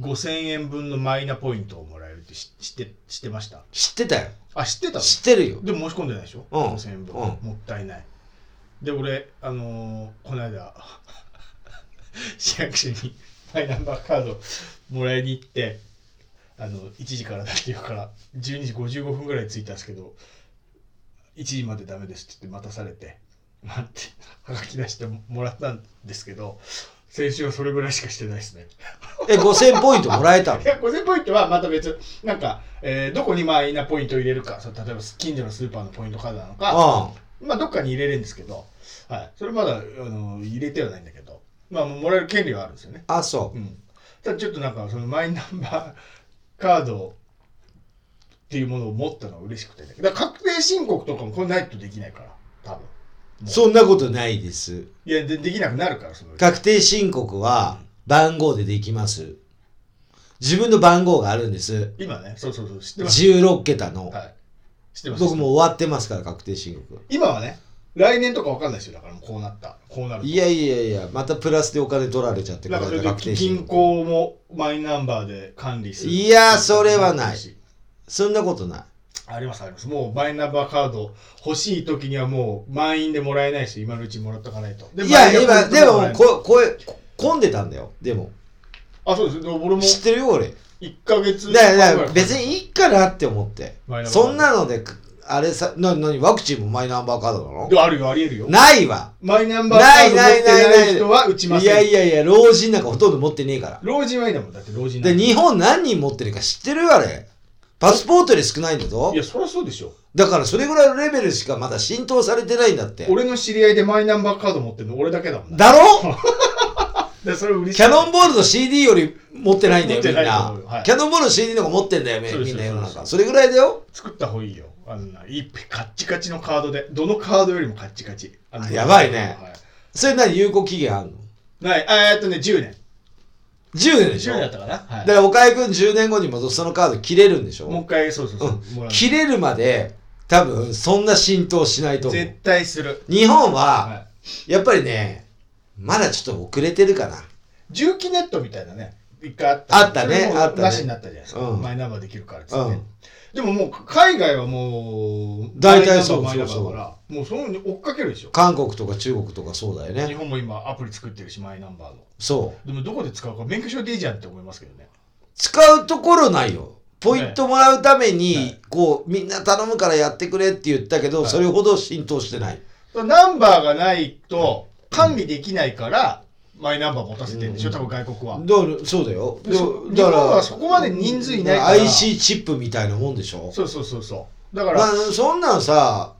Speaker 2: 5000円分のマイナポイントをもらえるってし知って知ってました
Speaker 1: 知ってたよ。
Speaker 2: あ知ってたの
Speaker 1: 知ってるよ。
Speaker 2: でも申し込んでないでしょ、
Speaker 1: うん
Speaker 2: 5000円分、
Speaker 1: うん
Speaker 2: もったいないで俺あのーこの間 市役所にマイナンバーカードもらいに行ってあの1時からだっていうから12時55分ぐらい着いたんですけど1時までダメですって言って待たされて待ってはがき出してもらったんですけど先週はそれぐらいしかしてないですね
Speaker 1: え、5000ポイントもらえ たの
Speaker 2: いや5000ポイントはまた別なんか、えーどこにマイナポイントを入れるかそう例えば近所のスーパーのポイントカードなのか
Speaker 1: う
Speaker 2: まあ、どっかに入れれるんですけど、はい、それまだあの入れてはないんだけど、まあ、もうもらえる権利はあるんですよね。
Speaker 1: ん。あ、そうう。
Speaker 2: ん、ただちょっとなんか、そのマイナンバーカードっていうものを持ったのは嬉しくて、だから確定申告とかもこれないとできないから、多分
Speaker 1: そんなことないです。
Speaker 2: いやで、できなくなるから、そのうち
Speaker 1: 確定申告は番号でできます。自分の番号があるんです。
Speaker 2: 今ね、そうそうそう、知ってます。
Speaker 1: 16桁の。
Speaker 2: はい、知ってます。
Speaker 1: 僕もう終わってますから、確定申告。
Speaker 2: 今はね、来年とかわかんないですよ、だからもうこうなった、こうなると
Speaker 1: いやいやいや、またプラスでお金取られちゃって、
Speaker 2: なんかそれ
Speaker 1: こ
Speaker 2: で
Speaker 1: れ確定申
Speaker 2: 銀
Speaker 1: 告。
Speaker 2: 行もマイナンバーで管理する。
Speaker 1: いやそれはないそんなことない。
Speaker 2: ありますあります。もうマイナンバーカード欲しい時にはもう満員でもらえないし、今のうちにもらっとかないと。で
Speaker 1: いや、
Speaker 2: マイ
Speaker 1: 今、
Speaker 2: ナポイン
Speaker 1: で
Speaker 2: トもらえ
Speaker 1: も、
Speaker 2: ない
Speaker 1: こ、声、混んでたんだよ。でも。
Speaker 2: あ、そうです。でも俺も
Speaker 1: 知ってるよ、俺。
Speaker 2: 1ヶ月
Speaker 1: だからだから別にいいかなって思って
Speaker 2: マイナンバー
Speaker 1: そんなのであれさななにワクチンもマイナンバーカードなの
Speaker 2: であるよ、ありえるよ。
Speaker 1: ないわ
Speaker 2: マイナンバーカード持
Speaker 1: ない
Speaker 2: っ
Speaker 1: ないない
Speaker 2: て
Speaker 1: な
Speaker 2: ないい人は打ちま
Speaker 1: い
Speaker 2: せん。
Speaker 1: やいやいや老人なんかほとんど持ってねえから
Speaker 2: 老人はいいんだもん。だって老人なん
Speaker 1: で
Speaker 2: て
Speaker 1: 日本何人持ってるか知ってるあれパスポートより少ないんだぞ
Speaker 2: いや、そりゃそうでしょ。
Speaker 1: だからそれぐらいのレベルしかまだ浸透されてないんだって
Speaker 2: 俺の知り合いでマイナンバーカード持ってるの俺だけだもんな。
Speaker 1: だろ
Speaker 2: で、それ嬉しい。
Speaker 1: キャノンボールの CD より持ってないんだよみん
Speaker 2: 持ってないと
Speaker 1: な
Speaker 2: 思うよはい
Speaker 1: キャノンボールの CD の方が持ってんだよみ
Speaker 2: そうです
Speaker 1: みんな世の
Speaker 2: そう
Speaker 1: 中
Speaker 2: です
Speaker 1: それぐらいだよ
Speaker 2: 作った方がいいよ。あんな、いっぺカッチカチのカードで。どのカードよりもカッチカチ。あの
Speaker 1: やばいね
Speaker 2: は
Speaker 1: それ何有効期限あるの
Speaker 2: ない、あえっとね、10年。
Speaker 1: 10年でしょ
Speaker 2: 10年だったかな。はい
Speaker 1: だから岡井くん10年後にもそのカード切れるんでし
Speaker 2: もう
Speaker 1: ょ
Speaker 2: 一回、そうそうそう。もらう
Speaker 1: 切れるまで多分そんな浸透しないと思う
Speaker 2: 絶対する。
Speaker 1: 日本は
Speaker 2: は。
Speaker 1: やっぱりねまだちょっと遅れてるかない
Speaker 2: 重機ネットみたいなね。一回あった。
Speaker 1: あったね
Speaker 2: それも
Speaker 1: あったね
Speaker 2: なしになったじゃないですか。
Speaker 1: うん
Speaker 2: マイナンバーできるからっつって。
Speaker 1: うん
Speaker 2: でももう、海外はもう、
Speaker 1: 大体そう
Speaker 2: マイナンバーマイナンバーだから、もうそのに追っかけるでしょ。
Speaker 1: 韓国とか中国とかそうだよ
Speaker 2: 日
Speaker 1: ね
Speaker 2: 本も今、アプリ作ってるし、マイナンバーの。
Speaker 1: そう
Speaker 2: でも、どこで使うか、免許証でいいじゃんって思いますけどね。
Speaker 1: 使うところないよポイントもらうために、
Speaker 2: はい
Speaker 1: こうみんな頼むからやってくれって言ったけど、
Speaker 2: はい
Speaker 1: それほど浸透してない
Speaker 2: ナンバーがないと、管理できないから、マイナンバー持たせてるんでしょ、
Speaker 1: うん
Speaker 2: 多分外国は。
Speaker 1: だからそうだよ
Speaker 2: でそ日本はそこまで人数いないから
Speaker 1: IC チップみたいなもんでしょ
Speaker 2: そうそうそうそう。だから、
Speaker 1: まあ、そんなんさ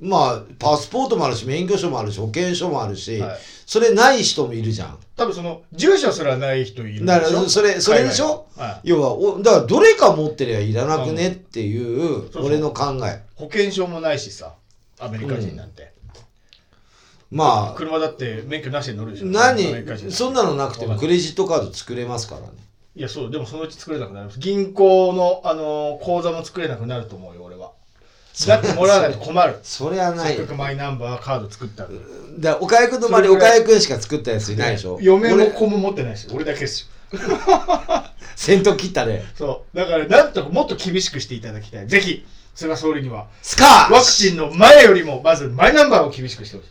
Speaker 1: まあパスポートもあるし免許証もあるし保険証もあるし、
Speaker 2: はい
Speaker 1: それない人もいるじゃん
Speaker 2: 多分その住所すらない人いるん
Speaker 1: だ
Speaker 2: で
Speaker 1: か
Speaker 2: し
Speaker 1: ら
Speaker 2: ょ
Speaker 1: それそれでしょ
Speaker 2: 海外ははい
Speaker 1: 要はおだからどれか持ってりゃいらなくねっていう
Speaker 2: そうそう
Speaker 1: 俺の考え
Speaker 2: 保険証もないしさアメリカ人なんて、
Speaker 1: まあ
Speaker 2: 車だって免許なしで乗るでしょアメリカ人
Speaker 1: 何そんなのなくて
Speaker 2: わ
Speaker 1: も
Speaker 2: かん
Speaker 1: クレジットカード作れますからね
Speaker 2: いやそうでもそのうち作れなくなります銀行の、あのー口座も作れなくなると思うよ俺はだってもらわないと困る
Speaker 1: そりゃな
Speaker 2: せ
Speaker 1: い
Speaker 2: っかくマイナンバーカード作ったんで
Speaker 1: だから岡井君の周り
Speaker 2: それぐら
Speaker 1: 岡
Speaker 2: い
Speaker 1: 井君しか作ったやついないでしょ
Speaker 2: 嫁も
Speaker 1: 俺
Speaker 2: 子も持ってないし俺だけですよ
Speaker 1: 先頭切ったね
Speaker 2: そうだからなんとかもっと厳しくしていただきたいぜひ菅総理には
Speaker 1: スカ
Speaker 2: ワクチンの前よりもまずマイナンバーを厳しくしてほしい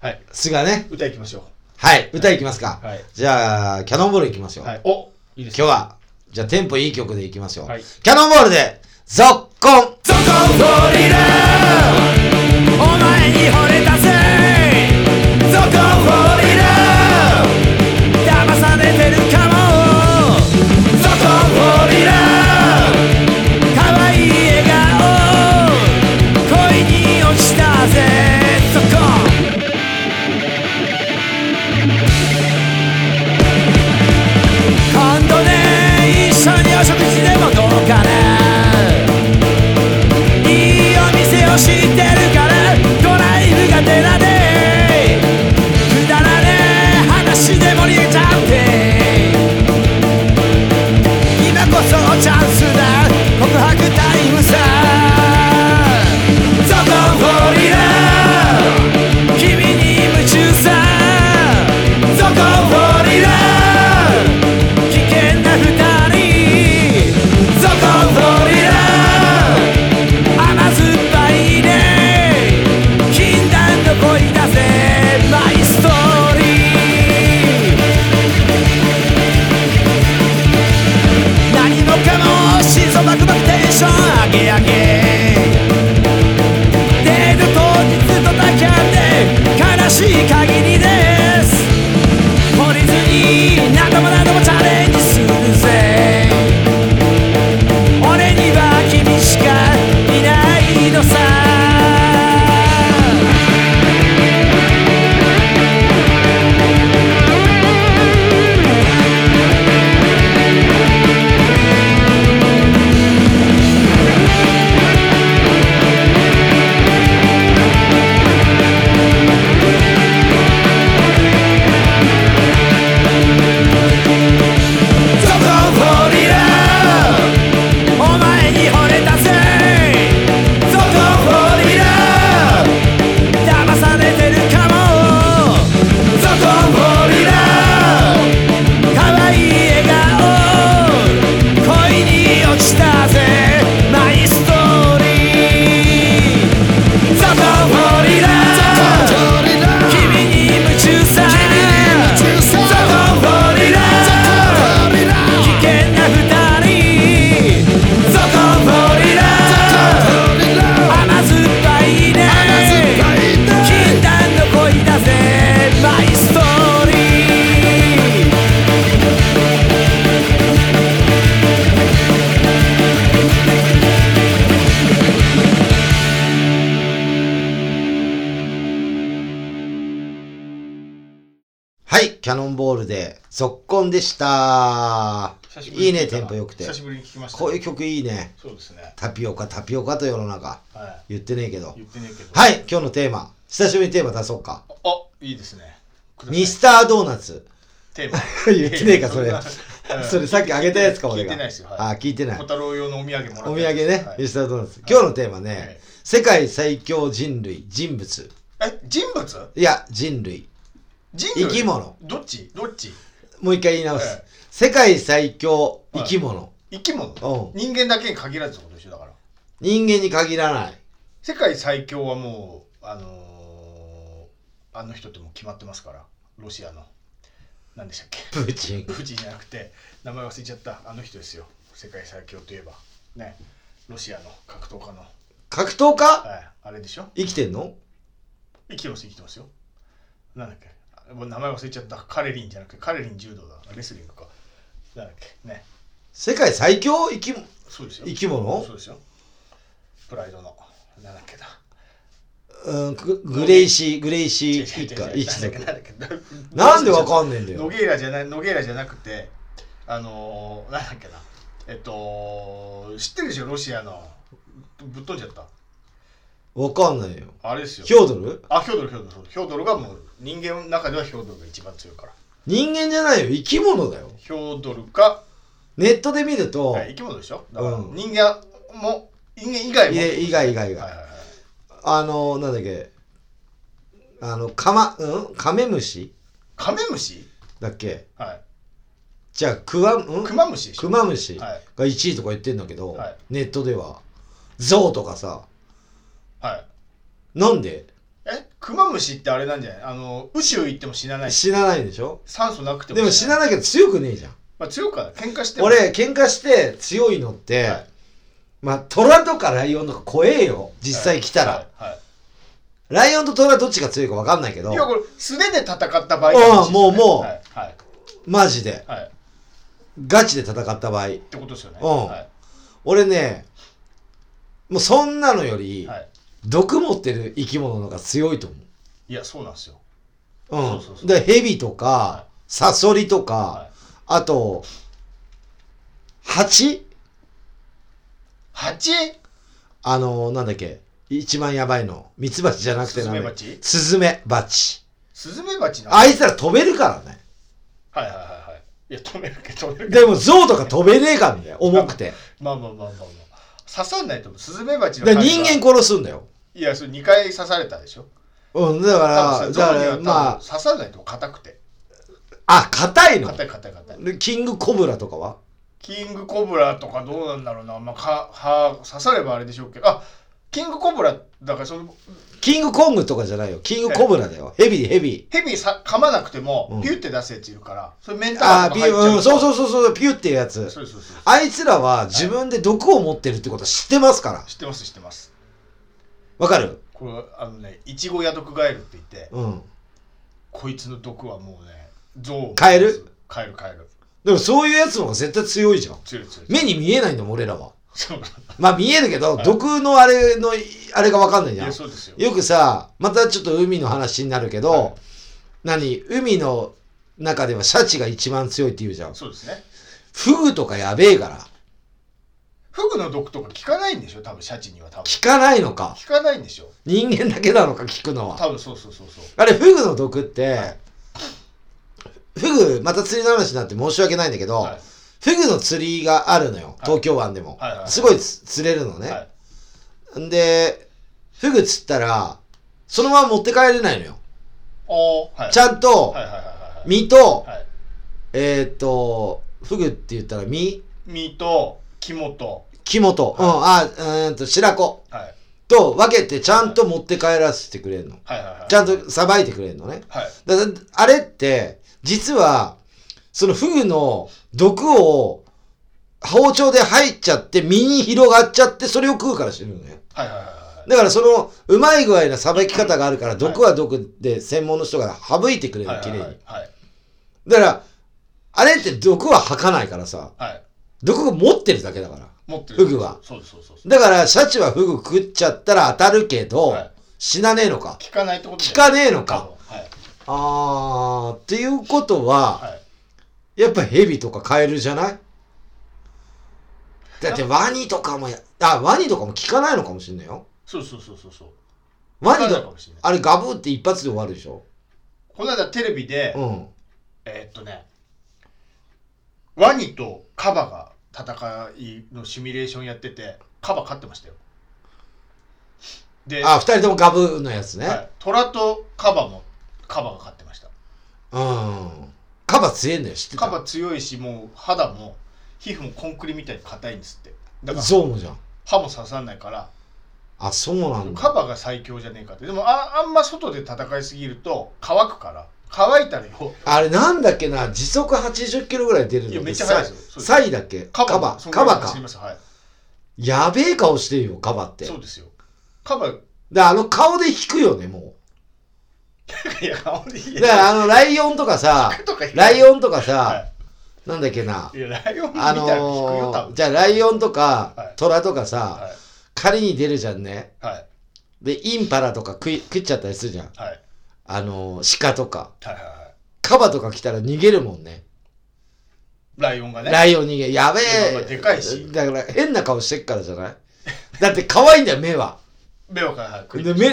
Speaker 2: はい
Speaker 1: スがね
Speaker 2: 歌いきましょ
Speaker 1: はい歌いきますか、
Speaker 2: うはい
Speaker 1: じゃあキャノンボールいきますよ、
Speaker 2: はい、おいいです
Speaker 1: 今日は、じゃあテンポいい曲でいきますよ。
Speaker 2: はい
Speaker 1: キャノンボールで、ゾッコン
Speaker 3: そこゴリラお前に惚れたぜそこゴリラ騙されてるかもそこゴリラ可愛い笑顔恋に落ちたぜそこ今度ね一緒にお食事でもどうかねき上げデート当日と抱き合って悲しい限りです懲りずに何度も何度もチャレンジするぜ俺には君しかいないのさ「そこフォリラお前に惚れたぜ」「そこフォリラ騙されてるかも」「そこフォリラ可愛い笑顔」「恋に落ちたぜマイストーリー」「そこフォリラ君に夢中さ」「そこフォリラ危険な二人「そこフォリラ」「甘酸っぱいね」「禁断の恋だぜマイストーリー」
Speaker 1: はい、キャノンボールで、速攻でした。
Speaker 2: 久しぶりに
Speaker 1: いいね、
Speaker 2: 聞た
Speaker 1: テ
Speaker 2: ら
Speaker 1: ンポ良くて
Speaker 2: 久。しぶりに聞きましたね
Speaker 1: こういう曲いいね。
Speaker 2: そうですね
Speaker 1: タピオカ、タピオカと世の中。
Speaker 2: は
Speaker 1: 言ってねえけど
Speaker 2: い。言ってねえけど
Speaker 1: はい、今日のテーマ。久しぶりにテーマ出そうか。
Speaker 2: あいいですねください
Speaker 1: ミスタードーナツ。
Speaker 2: テーマ
Speaker 1: 言ってねえか それ
Speaker 2: いやいやんな
Speaker 1: それさっきあげたやつか、俺が。
Speaker 2: 聞いてないですよはい
Speaker 1: あ、聞いてない
Speaker 2: 小。太郎用のお土産もら
Speaker 1: お土産
Speaker 2: ったやつ
Speaker 1: ね、
Speaker 2: はい
Speaker 1: ミスタードーナツ。今日のテーマね、
Speaker 2: はい
Speaker 1: 世界最強人類、人物。
Speaker 2: え人物
Speaker 1: いや、人類。
Speaker 2: 人類
Speaker 1: 生き物。
Speaker 2: どっちどっち
Speaker 1: もう一回言い直す。
Speaker 2: はい
Speaker 1: 世界最強、生き物。
Speaker 2: 生き物
Speaker 1: おう
Speaker 2: 人間だけに限らずってことでしょだから
Speaker 1: 人間に限らない。
Speaker 2: 世界最強はもうあのーあの人ってもう決まってますからロシアの何でしたっけ
Speaker 1: プーチン。
Speaker 2: プーチンじゃなくて名前忘れちゃったあの人ですよ世界最強といえばねロシアの格闘家の、
Speaker 1: 格闘家
Speaker 2: はい、あれでしょ
Speaker 1: 生きてんの
Speaker 2: 生きてます生きてますよなんだっけあもう名前忘れちゃったカレリンじゃなくてカレリン柔道だレスリングかなんだっけね
Speaker 1: 世界最強生き物
Speaker 2: そうですよ
Speaker 1: 生き物
Speaker 2: そうですよプライドのなんだっけだ
Speaker 1: うんググレイシー、グレイ
Speaker 2: 違う違う違う
Speaker 1: シー一家、一
Speaker 2: なんだ
Speaker 1: 族
Speaker 2: っけ。なんだっけど
Speaker 1: なんでわかんねえんだよ
Speaker 2: ノゲイラじゃないノゲイラじゃなくてあのー、なんだっけなえっと知ってるでしょロシアのぶっ飛んじゃった
Speaker 1: わかんないよ。
Speaker 2: あれですよ
Speaker 1: ヒョードル
Speaker 2: あヒョードルヒョードルヒョードルがもう人間の中ではヒョードルが一番強いから
Speaker 1: 人間じゃないよ。生き物だよ。
Speaker 2: ヒョードルか、
Speaker 1: ネットで見ると、
Speaker 2: はい、生き物でしょだから
Speaker 1: うん
Speaker 2: 人間も人間以外
Speaker 1: い
Speaker 2: も
Speaker 1: や以外以外以外
Speaker 2: はいはいはい
Speaker 1: あの、なんだっけ、あの、カマ、うんカメムシ
Speaker 2: カメムシ
Speaker 1: だっけ
Speaker 2: はい
Speaker 1: じゃあ、クワ、うん
Speaker 2: クマムシでしょ
Speaker 1: クマムシ
Speaker 2: はい
Speaker 1: が1位とか言ってんだけど、
Speaker 2: はい
Speaker 1: ネットでは。ゾウとかさ、
Speaker 2: はい
Speaker 1: なんで
Speaker 2: えクマムシってあれなんじゃないあの宇宙行っても死なないし
Speaker 1: 死なないでしょ
Speaker 2: 酸素なくても
Speaker 1: でも死なないけど強くねえじゃん。
Speaker 2: まあ、強くはない喧嘩しても
Speaker 1: 俺、喧嘩して強いのって、
Speaker 2: はい
Speaker 1: まあ、虎とかライオンとか怖えよ。実際来たら。
Speaker 2: はいはい
Speaker 1: ライオンと虎どっちが強いか分かんないけど
Speaker 2: い、やこれ素手で戦った場合
Speaker 1: うんもうもう
Speaker 2: はいはい
Speaker 1: マジで。
Speaker 2: はいっ
Speaker 1: ガチで戦った場合。
Speaker 2: てことですよね
Speaker 1: うん
Speaker 2: は
Speaker 1: 俺ね、もうそんなのより、
Speaker 2: い、はい、
Speaker 1: 毒持ってる生き物の方が強いと思う。
Speaker 2: いやそうなんですよ
Speaker 1: うん。
Speaker 2: そうそうそう
Speaker 1: で、ヘビとか、
Speaker 2: は
Speaker 1: サソリとか、
Speaker 2: はい
Speaker 1: あと、ハチ
Speaker 2: 蜂
Speaker 1: あの、なんだっけ、一番やばいの。ミツバチじゃなくて
Speaker 2: スズ
Speaker 1: なん
Speaker 2: メ
Speaker 1: だ
Speaker 2: バ
Speaker 1: っけ
Speaker 2: チ
Speaker 1: スズメバチ。
Speaker 2: スズメバチなの
Speaker 1: あいつら飛べるからね。
Speaker 2: はいはいはいはいいや止めるけど止めるけど
Speaker 1: でも、象とか飛べねえからね。重くて。
Speaker 2: まあまあまあまあまあ刺さんないと思うスズメバチの
Speaker 1: で
Speaker 2: 針は
Speaker 1: 人間殺すんだよ。
Speaker 2: いやそれ2回刺されたでしょ
Speaker 1: うん、だか
Speaker 2: 多
Speaker 1: ら、
Speaker 2: 分
Speaker 1: だ
Speaker 2: さ
Speaker 1: か
Speaker 2: ゾウには
Speaker 1: ら、
Speaker 2: 多分
Speaker 1: ま
Speaker 2: 刺さないと硬くて
Speaker 1: あ、あ、硬いの。
Speaker 2: 硬い硬い硬い
Speaker 1: でキングコブラとかは
Speaker 2: キングコブラとかどうなんだろうな、まあ、かは刺さればあれでしょうけどあキングコブラだからその
Speaker 1: キングコングとかじゃないよ。キングコブラだよ。ヘビヘビ。
Speaker 2: ヘビさ噛まなくて
Speaker 1: う
Speaker 2: も
Speaker 1: ん
Speaker 2: ピュって出せって言うからそれメンタ
Speaker 1: あ
Speaker 2: ル
Speaker 1: ー
Speaker 2: と
Speaker 1: ピ
Speaker 2: か入っちゃ
Speaker 1: ュ、うん、そうそううそうそう、ピュっていうやつ。
Speaker 2: そうそうそう
Speaker 1: あいつらは自分で毒を持ってるってことは知ってますから。
Speaker 2: 知ってます知ってます
Speaker 1: わかる
Speaker 2: これあのねイチゴヤドクガエルって言って
Speaker 1: うん。
Speaker 2: こいつの毒はもうねゾウ
Speaker 1: カエル
Speaker 2: カエルカエル
Speaker 1: でもそういうやつの方が絶対強いじゃん。
Speaker 2: 強い強い
Speaker 1: 目に見えないんだもん、俺らは。
Speaker 2: そう
Speaker 1: まあ見えるけど、
Speaker 2: はい
Speaker 1: 毒のあれの、あれがわかんない
Speaker 2: い
Speaker 1: じゃ
Speaker 2: や
Speaker 1: ん。
Speaker 2: そうですよ
Speaker 1: よくさ、またちょっと海の話になるけど、
Speaker 2: はい
Speaker 1: 何海の中ではシャチが一番強いって言うじゃん。
Speaker 2: そうですね
Speaker 1: フグとかやべえから。
Speaker 2: フグの毒とか効かないんでしょ多分シャチには多分
Speaker 1: 効かないのか。
Speaker 2: 効かないんでしょ
Speaker 1: 人間だけなのか、効くのは。
Speaker 2: 多分そうそうそうそう
Speaker 1: あれ、フグの毒って、
Speaker 2: はい
Speaker 1: フグ、また釣りの話になって申し訳ないんだけど、
Speaker 2: はい
Speaker 1: フグの釣りがあるのよ、東京湾でも。
Speaker 2: はいはい
Speaker 1: すごいつ釣れるのね。
Speaker 2: はい
Speaker 1: んで、フグ釣ったら、そのまま持って帰れないのよ。
Speaker 2: おーはい
Speaker 1: ちゃんと
Speaker 2: はい、はいはいはいはい
Speaker 1: 身と、
Speaker 2: はい
Speaker 1: えーっと、フグって言ったら身、
Speaker 2: 身と肝と
Speaker 1: 肝と、うん、あ、うーんと、白子
Speaker 2: はい
Speaker 1: と分けてちゃんと持って帰らせてくれるの。
Speaker 2: はいはいはい
Speaker 1: ちゃんとさばいてくれるのね。
Speaker 2: はい
Speaker 1: だだあれって、実は、そのフグの毒を包丁で入っちゃって、身に広がっちゃって、それを食うから死ぬのね。
Speaker 2: はいはいはいはい
Speaker 1: だからその、うまい具合なさばき方があるから、毒は毒で専門の人が省いてくれる
Speaker 2: はい、
Speaker 1: 綺麗
Speaker 2: はい
Speaker 1: に。
Speaker 2: はい
Speaker 1: だから、あれって毒は吐かないからさ、
Speaker 2: はいはい
Speaker 1: 毒を持ってるだけだから。
Speaker 2: 持ってる
Speaker 1: フグは
Speaker 2: そうですそうですそうです
Speaker 1: だから、シャチはフグ食っちゃったら当たるけど
Speaker 2: はい、
Speaker 1: 死なねえのか。
Speaker 2: 効かないってこと
Speaker 1: 効かねえの
Speaker 2: 多
Speaker 1: か。
Speaker 2: 分はい
Speaker 1: あー、っていうことは、
Speaker 2: はい
Speaker 1: やっぱヘビとかカエルじゃないだってワニとかもや、あ、ワニとかも効かないのかもしれないよ。
Speaker 2: そうそうそうそうそう
Speaker 1: ワニ
Speaker 2: 効かないか
Speaker 1: と
Speaker 2: もしれない
Speaker 1: あれガブって一発で終わるでしょ
Speaker 2: この間テレビで、
Speaker 1: うん。
Speaker 2: えーっとねワニとカバが戦いのシミュレーションやっててカバ勝ってましたよで、
Speaker 1: あ、二人ともガブのやつね。
Speaker 2: はい、トラとカバもカバが勝ってました
Speaker 1: うん。カバ強えんだよ、知ってた。
Speaker 2: カバ強いしもう肌も皮膚もコンクリみたいに硬いんですってだから
Speaker 1: ゾウもじゃん。
Speaker 2: 歯も刺さんないから
Speaker 1: あ、そうなんだ。
Speaker 2: カバが最強じゃねえかってでもああんま外で戦いすぎると乾くから乾いたらよ
Speaker 1: あれなんだっけな、時速80キロぐらい出るの
Speaker 2: いやめっちゃ速いですよそうです
Speaker 1: サイサイだっけカバ。
Speaker 2: そん
Speaker 1: カ
Speaker 2: ぐらい
Speaker 1: バ
Speaker 2: 走り
Speaker 1: か。
Speaker 2: ますはい
Speaker 1: やべえ顔してるよ、カバって。
Speaker 2: そうですよカバい
Speaker 1: で、あの顔で引くよね、も。
Speaker 2: や顔でいうや
Speaker 1: だからあの、ライオンとか さ、
Speaker 2: とか言う
Speaker 1: ライオンとかさ、
Speaker 2: は
Speaker 1: なんだっけな。
Speaker 2: いいやライオンみた
Speaker 1: あ
Speaker 2: いなの聞くよ多
Speaker 1: のー、
Speaker 2: 分
Speaker 1: じゃあライオンとか、
Speaker 2: はい
Speaker 1: トラとかさ、
Speaker 2: はい
Speaker 1: 狩りに出るじゃんね。
Speaker 2: はい
Speaker 1: で、インパラとか食い食っちゃったりするじゃん。
Speaker 2: はい
Speaker 1: あのー、鹿とか。
Speaker 2: はいはい
Speaker 1: カバとか来たら逃げるもんね。
Speaker 2: ライオンがね
Speaker 1: ライオン逃げ。やべえ。
Speaker 2: まあまあでかいし
Speaker 1: だから変な顔してっからじゃないだって可愛いんだよ、目は。
Speaker 2: 目をから食い
Speaker 1: で、目、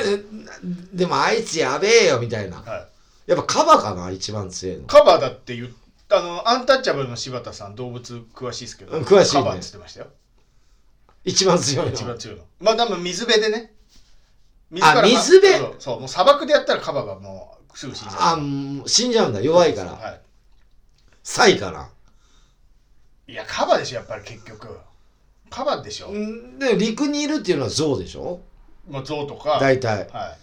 Speaker 1: でもあいつやべえよ、みたいな。
Speaker 2: はい
Speaker 1: やっぱカバかな、一番強いの。
Speaker 2: カバだって言っあのアンタッチャブルの柴田さん動物詳しいですけど
Speaker 1: うん詳しいね
Speaker 2: カバって言ってましたよ
Speaker 1: 一番強い
Speaker 2: 一
Speaker 1: の
Speaker 2: 番。強いのまあ多分水辺でね水
Speaker 1: あ水辺
Speaker 2: そうそうもう砂漠でやったらカバがもうすぐ死んじゃ
Speaker 1: あ、
Speaker 2: う
Speaker 1: もう死んじゃうんだ。弱いから。
Speaker 2: は
Speaker 1: サイかな。
Speaker 2: い、いやカバでしょやっぱり結局カバでしょ、
Speaker 1: うんで、陸にいるっていうのはゾウでしょ
Speaker 2: まあ、ゾウとか
Speaker 1: 大体。
Speaker 2: はい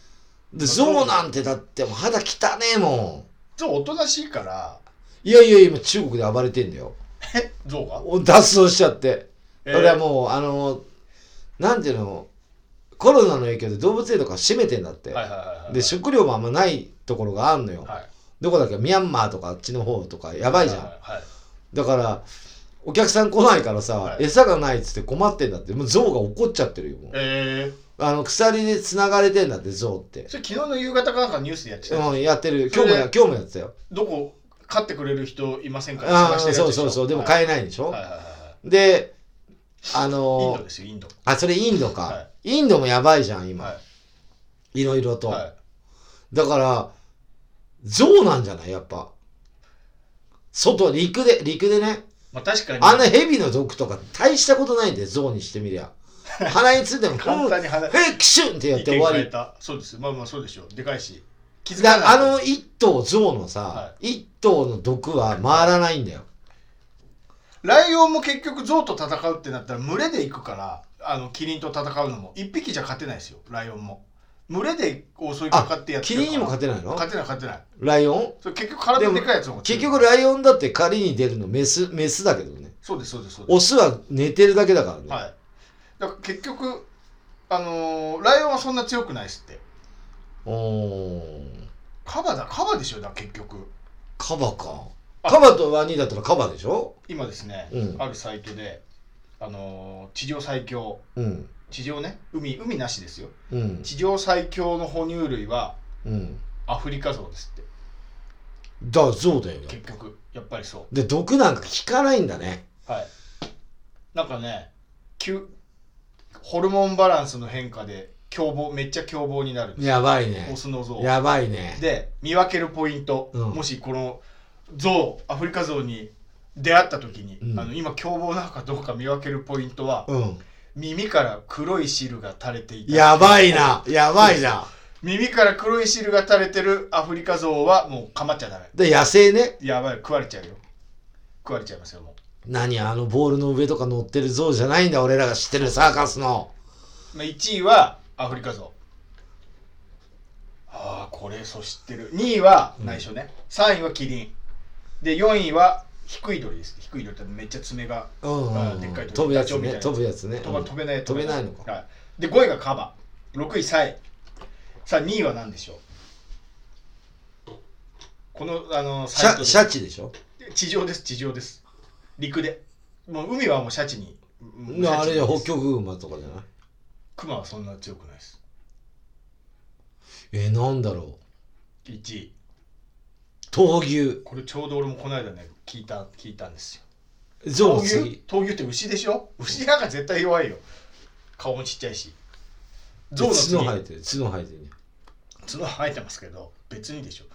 Speaker 1: で、ゾウなんてだってもう肌汚ねえも
Speaker 2: ゾウおとなしいから
Speaker 1: ん。いやいや、今中国で暴れてんだよ。
Speaker 2: えゾウが
Speaker 1: お脱走しちゃって。
Speaker 2: え
Speaker 1: 俺はもう、あの、なんていうの、コロナの影響で動物園とか閉めてんだって。
Speaker 2: はいはいはいはい
Speaker 1: で、食料もあんまないところがあんのよ。
Speaker 2: はい
Speaker 1: どこだっけミャンマーとかあっちの方とかやばいじゃん。
Speaker 2: はいはい
Speaker 1: だから、お客さん来ないからさ、
Speaker 2: はい
Speaker 1: 餌がないっつって困ってんだって。もうゾウが怒っちゃってるよ。もう
Speaker 2: え
Speaker 1: あの、鎖で繋がれてんだって、ゾウって
Speaker 2: ー、。それ昨日の夕方かなんかニュースでやってた、
Speaker 1: うん、やってる。今日もや、
Speaker 2: それ
Speaker 1: 今日もやってたよ。
Speaker 2: どこ飼ってくれる人いませんか
Speaker 1: あ
Speaker 2: 探して
Speaker 1: あ、
Speaker 2: るやつ
Speaker 1: そう
Speaker 2: でしょ
Speaker 1: そうそう。でも
Speaker 2: はい
Speaker 1: 買えないでしょ、
Speaker 2: はいはいは
Speaker 1: で、あ
Speaker 2: いはいインド
Speaker 1: の
Speaker 2: ですよインド
Speaker 1: あ、それインドか、
Speaker 2: は
Speaker 1: インドもやばいじゃん、今。、
Speaker 2: はい
Speaker 1: ろいろ
Speaker 2: い
Speaker 1: と。
Speaker 2: はい
Speaker 1: だから、象なんじゃないやっぱ。外、陸で、陸でね。
Speaker 2: まあ確かに
Speaker 1: あんな蛇の毒とか大したことないんで、象にしてみり ゃ。鼻についても、
Speaker 2: 簡単に
Speaker 1: ふん
Speaker 2: 鼻
Speaker 1: へい、キシュンってやって終わ
Speaker 2: 意見変え
Speaker 1: り。
Speaker 2: たそうですまあまあそうでしょうでかいし気づかない
Speaker 1: だあの一頭象のさ、
Speaker 2: は
Speaker 1: 一頭の毒は回らないんだよ。
Speaker 2: ライオンも結局象と戦うってなったら群れで行くからあのキリンと戦うのも一匹じゃ勝てないですよライオンも群れで襲いかか
Speaker 1: あ
Speaker 2: ってやっ、て
Speaker 1: キ
Speaker 2: るか
Speaker 1: リ
Speaker 2: ら
Speaker 1: ンにも勝てないの
Speaker 2: 勝てない勝てない
Speaker 1: ライオン
Speaker 2: それ結局体でかいやつの方が強い
Speaker 1: 結局ライオンだって狩りに出るのメス、メスだけどね。
Speaker 2: そうですそうですそうです
Speaker 1: オスは寝てるだけだからね。
Speaker 2: はいだから結局あのーライオンはそんな強くないですって
Speaker 1: おー
Speaker 2: カバだカバでしょだから結局
Speaker 1: カバか。
Speaker 2: あ
Speaker 1: カバとワニだったらカバでしょ
Speaker 2: 今ですね、
Speaker 1: うん
Speaker 2: あるサイトであのー地上最強
Speaker 1: うん。
Speaker 2: 地上ね海海なしですよ
Speaker 1: うん。
Speaker 2: 地上最強の哺乳類は
Speaker 1: うん。
Speaker 2: アフリカゾウですって
Speaker 1: だ、そうだよ。
Speaker 2: 結局やっぱりそ
Speaker 1: で、毒なんか効かないんだね。
Speaker 2: うはいなんかね急ホルモンバランスの変化で凶暴めっちゃ凶暴になるんです
Speaker 1: やばい
Speaker 2: オ
Speaker 1: ね。
Speaker 2: スのゾウ
Speaker 1: やばいね。
Speaker 2: で見分けるポイント、
Speaker 1: うん
Speaker 2: もしこのゾウアフリカゾウに出会った時に、
Speaker 1: うん
Speaker 2: あの今凶暴なのかどうか見分けるポイントは、
Speaker 1: うん。
Speaker 2: 耳から黒い汁が垂れていた
Speaker 1: やばいな。やばいな。
Speaker 2: 耳から黒い汁が垂れてるアフリカゾウはもうかまっちゃダメ
Speaker 1: で、野生ね。
Speaker 2: やばい食われちゃうよ食われちゃいますよも
Speaker 1: 何あのボールの上とか乗ってる像じゃないんだ。俺らが知ってるサーカスの。
Speaker 2: う、まあ、1位はアフリカゾウああこれそう知ってる2位は内緒ね、3位はキリンで4位は低い鳥です低い鳥ってめっちゃ爪が
Speaker 1: うんうん。
Speaker 2: でっかい鳥
Speaker 1: 飛ぶやつ
Speaker 2: ダチョウみたい
Speaker 1: ね。
Speaker 2: な
Speaker 1: 飛ぶやつね。
Speaker 2: 飛ば飛べない
Speaker 1: 飛べないのか。
Speaker 2: はい、で5位がカバ6位サイさあ2位は何でしょうこのあの
Speaker 1: シ
Speaker 2: サイト
Speaker 1: ャ
Speaker 2: で
Speaker 1: シャチでしょ
Speaker 2: 地上です地上です陸でもう海はもうシャチにうんシャチ
Speaker 1: あれじゃ
Speaker 2: です
Speaker 1: 北極馬とかじゃない
Speaker 2: クマはそんな強くないです
Speaker 1: えー、なんだろう
Speaker 2: 1位
Speaker 1: 闘牛
Speaker 2: これちょうど俺もこの間ね聞いた聞いたんですよ
Speaker 1: ゾウ
Speaker 2: 闘
Speaker 1: の
Speaker 2: 牛
Speaker 1: 次
Speaker 2: 闘牛って牛でしょ牛なんか絶対弱いよ顔もちっちゃいし象の次
Speaker 1: 角生えてる角生えてるね
Speaker 2: 角生えてますけど別にでしょ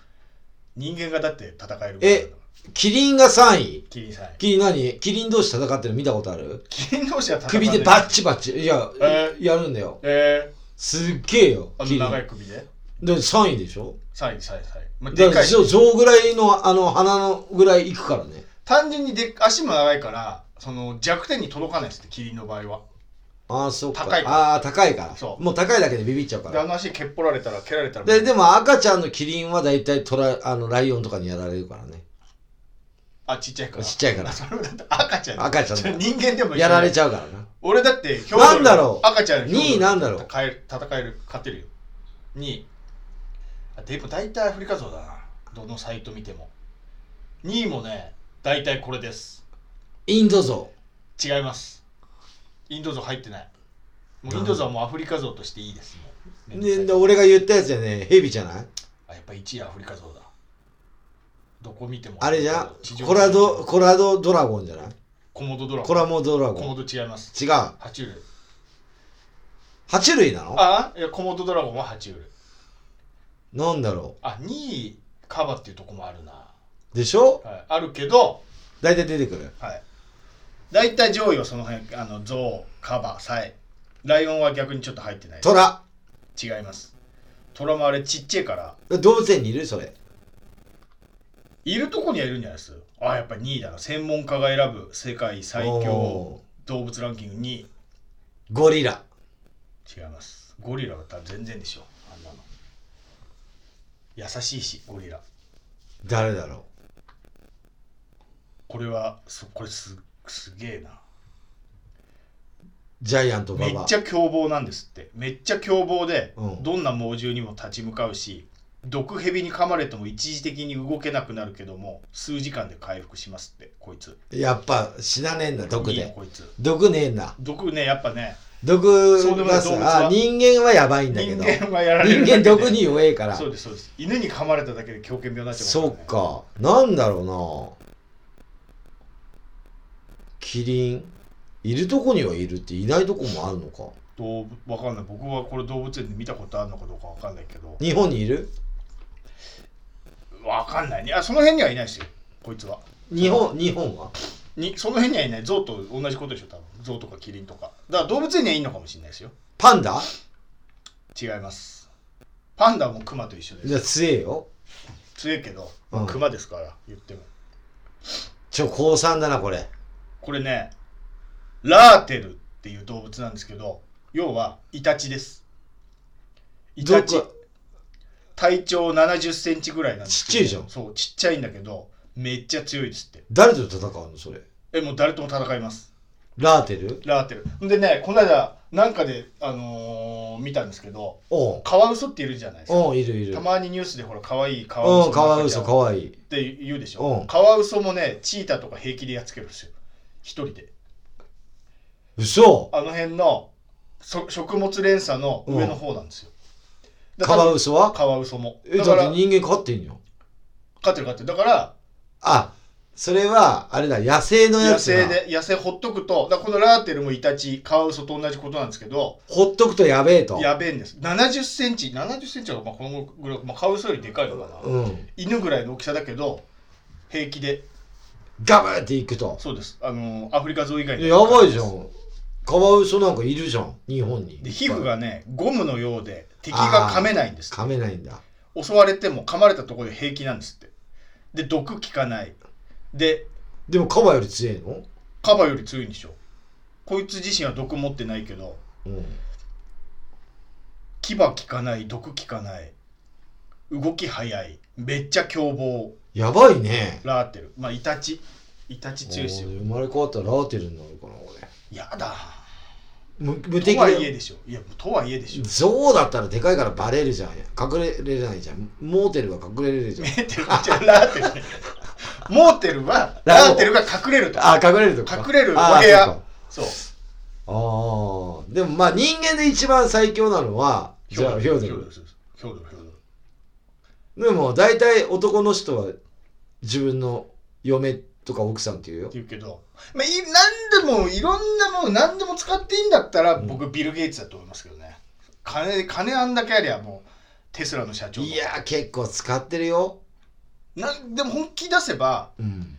Speaker 2: 人間がだって戦える
Speaker 1: え
Speaker 2: ぐらいなんだから
Speaker 1: キリンが3位
Speaker 2: キリンさん
Speaker 1: キリン何キリン同士戦ってるの見たことある
Speaker 2: キリン同士は戦わな
Speaker 1: 首
Speaker 2: い
Speaker 1: でバッチバッチいや、
Speaker 2: えー
Speaker 1: やるんだよ
Speaker 2: え
Speaker 1: すっげえよ
Speaker 2: ー、あ
Speaker 1: キリ
Speaker 2: の
Speaker 1: ン
Speaker 2: 長い首で
Speaker 1: で3位でしょ
Speaker 2: サインサインサイン、まあ、で
Speaker 1: だか
Speaker 2: からい
Speaker 1: ゾゾウぐらいのあの鼻のぐらいいくからね
Speaker 2: 単純にで足も長いからその弱点に届かないですってキリンの場合は
Speaker 1: ああそっか
Speaker 2: 高いから
Speaker 1: ああー高いから
Speaker 2: そう
Speaker 1: もう高いだけでビビっちゃうか
Speaker 2: であ
Speaker 1: ら
Speaker 2: の足蹴っぽられたら蹴られたら
Speaker 1: ででも赤ちゃんのキリンは大体トラあのライオンとかにやられるからね
Speaker 2: あちっちゃいから
Speaker 1: ちっちゃいから
Speaker 2: あそれだって赤ちゃん
Speaker 1: 赤ちゃんだ
Speaker 2: それ人間でも
Speaker 1: やられ
Speaker 2: ゃう
Speaker 1: ちゃうからな
Speaker 2: 俺だって兵
Speaker 1: なんだろう
Speaker 2: 赤ちゃん
Speaker 1: 二位なんだろう
Speaker 2: 戦える戦える勝てるよ2位あでも大体アフリカゾウだなどのサイト見ても2位もね大体これです
Speaker 1: インドゾウ
Speaker 2: 違いますインドゾウ入ってないもうインドゾウはもうアフリカゾウとしていいですもうめんどくさ
Speaker 1: で
Speaker 2: い
Speaker 1: で俺が言ったやつやねヘビじゃない
Speaker 2: あやっぱ1位アフリカゾウだどこ見ても
Speaker 1: あれじゃん
Speaker 2: 地上
Speaker 1: コラドコラドドラゴンじゃない
Speaker 2: コモドドラゴン
Speaker 1: コラモドラ
Speaker 2: コ
Speaker 1: ゴ
Speaker 2: モ
Speaker 1: ン
Speaker 2: ド違います
Speaker 1: 違う爬
Speaker 2: 爬虫類
Speaker 1: 虫類なの
Speaker 2: あいやコモドドラゴンは爬虫類
Speaker 1: なんだろ
Speaker 2: あ2位カバっていうとこもあるな、
Speaker 1: うでしょ
Speaker 2: はい、あるけど、
Speaker 1: 大体出てくる
Speaker 2: はい、大体上位はその辺あのゾウカバサイライオンは逆にちょっと入ってない
Speaker 1: トラ
Speaker 2: 違いますトラもあれちっちゃいから
Speaker 1: 動物園にいるそれ
Speaker 2: いるとこにはいるんじゃないですあやっぱ2位だな専門家が選ぶ世界最強
Speaker 1: お
Speaker 2: 動物ランキング2
Speaker 1: ー
Speaker 2: 位
Speaker 1: ゴリラ
Speaker 2: 違いますゴリラだったら全然でしょあんなの優しいしゴリラ
Speaker 1: 誰だろ
Speaker 2: これはそこれすすげえな
Speaker 1: うジャイアントバ
Speaker 2: め
Speaker 1: バ
Speaker 2: っちゃ凶暴なんですってめっちゃ凶暴で、
Speaker 1: うん
Speaker 2: どんな猛獣にも立ち向かうし毒蛇に噛まれても一時的に動けなくなるけども数時間で回復しますってこいつ
Speaker 1: やっぱ死なねえんだ毒
Speaker 2: いいよ
Speaker 1: で
Speaker 2: こいつ
Speaker 1: 毒ねえんだ
Speaker 2: 毒ねやっぱね
Speaker 1: 毒
Speaker 2: そうでもな
Speaker 1: が
Speaker 2: い動物は
Speaker 1: さあ人間はやばいんだけ
Speaker 2: 人
Speaker 1: ど
Speaker 2: 間はやられ
Speaker 1: 人
Speaker 2: るだけ
Speaker 1: 間
Speaker 2: で
Speaker 1: 毒に弱えから
Speaker 2: そうですそうです犬に噛まれただけで狂犬病になっちゃう
Speaker 1: そっか。なんだろうな。キリン。いるとこにはいるっていないとこもあるのか。
Speaker 2: 動物わかんない僕はこれ動物園で見たことあるのかどうかわかんないけど
Speaker 1: 日本にいる
Speaker 2: わかんないねあその辺にはいないですよこいつは
Speaker 1: 日本、日本は
Speaker 2: にその辺にはいない象と同じことでしょ多分象とかキリンとかだから動物園にはいいのかもしれないですよ
Speaker 1: パンダ
Speaker 2: 違いますパンダもクマと一緒で
Speaker 1: じゃあ
Speaker 2: す
Speaker 1: 強えよ。
Speaker 2: 強いけど、
Speaker 1: うん
Speaker 2: クマですから言っても
Speaker 1: ちょ、高3だな、これ。
Speaker 2: これねラーテルっっていう動物なんですけど要はイタチですイ
Speaker 1: ど
Speaker 2: タ
Speaker 1: っ
Speaker 2: チ
Speaker 1: か
Speaker 2: 体長7 0センチぐらいなんですけ
Speaker 1: ち
Speaker 2: ど
Speaker 1: っちゃいじゃん
Speaker 2: そうちっちゃいんだけどめっちゃ強いですって
Speaker 1: 誰と戦うのそれ
Speaker 2: えもう誰とも戦います
Speaker 1: ラーテル
Speaker 2: ラーテルんでねこの間なんかで、あのー見たんですけど
Speaker 1: おう
Speaker 2: カワウソっているじゃないですか
Speaker 1: おういるいる
Speaker 2: たまにニュースでほら可愛いカ
Speaker 1: うん
Speaker 2: ワウソ
Speaker 1: かわいそかわいい
Speaker 2: って言うでし
Speaker 1: う
Speaker 2: ょ
Speaker 1: ん
Speaker 2: カワウソもねチーターとか平気でやっつけるんですよ一人で
Speaker 1: 嘘
Speaker 2: あの辺のそ食物連鎖の上の方なんですよ、だか
Speaker 1: カ
Speaker 2: ら
Speaker 1: ワウソは
Speaker 2: カワウソも
Speaker 1: えだ
Speaker 2: だか
Speaker 1: っ
Speaker 2: ら
Speaker 1: て人間飼ってんよ
Speaker 2: 飼ってる飼ってるだから
Speaker 1: あそれはあれだ野生のや
Speaker 2: 野
Speaker 1: つだ
Speaker 2: 生で野生ほっとくとだからこのラーテルもイタチカワウソと同じことなんですけど
Speaker 1: ほっとくとやべえと
Speaker 2: やべえんです7 0センチ7 0センチはまあこのぐらい、まあ、カワウソよりでかいのかな、
Speaker 1: うん
Speaker 2: 犬ぐらいの大きさだけど平気で
Speaker 1: ガブっていくと
Speaker 2: そうですあのアフリカゾウ以外に
Speaker 1: やばいじゃんカワウソなんかいるじゃん日本に
Speaker 2: で皮膚がねゴムのようで敵が噛めないんです
Speaker 1: 噛めないんだ
Speaker 2: 襲われても噛まれたところで平気なんですってで毒効かないで
Speaker 1: でもカバより強いの
Speaker 2: カバより強いんでしょこいつ自身は毒持ってないけど
Speaker 1: うん
Speaker 2: 牙効かない毒効かない動き早いめっちゃ凶暴
Speaker 1: やばいね
Speaker 2: ラーテルまあイタチイタチ強いですよ
Speaker 1: おー生まれ変わったらラーテルになるかな俺
Speaker 2: やだ
Speaker 1: 無無敵
Speaker 2: と
Speaker 1: だ
Speaker 2: はいえでしょいやとはいえでしょ
Speaker 1: 象だったらでかいからバレるじゃん隠れれないじゃんモーテルが隠れれるじゃん
Speaker 2: メーテルじゃラーテ ルねモーテルは
Speaker 1: ラー
Speaker 2: ラーテルが隠れると
Speaker 1: あ隠れるとこか
Speaker 2: 隠れるお部
Speaker 1: あーそう
Speaker 2: 屋
Speaker 1: か
Speaker 2: そう
Speaker 1: あーでもまあ人間で一番最強なのはじゃあヒョーデ
Speaker 2: ヒョード
Speaker 1: ル
Speaker 2: ルそうですヒョードルヒョードル
Speaker 1: でも大体男の人は自分の嫁とか奥さんって言うよ
Speaker 2: って言うけど、まあ、い何でもいろんなもの何でも使っていいんだったら
Speaker 1: うん
Speaker 2: 僕ビル・ゲイツだと思いますけどね金金あんだけありゃもうテスラの社長
Speaker 1: いやー結構使ってるよ
Speaker 2: なんでも本気出せば
Speaker 1: うん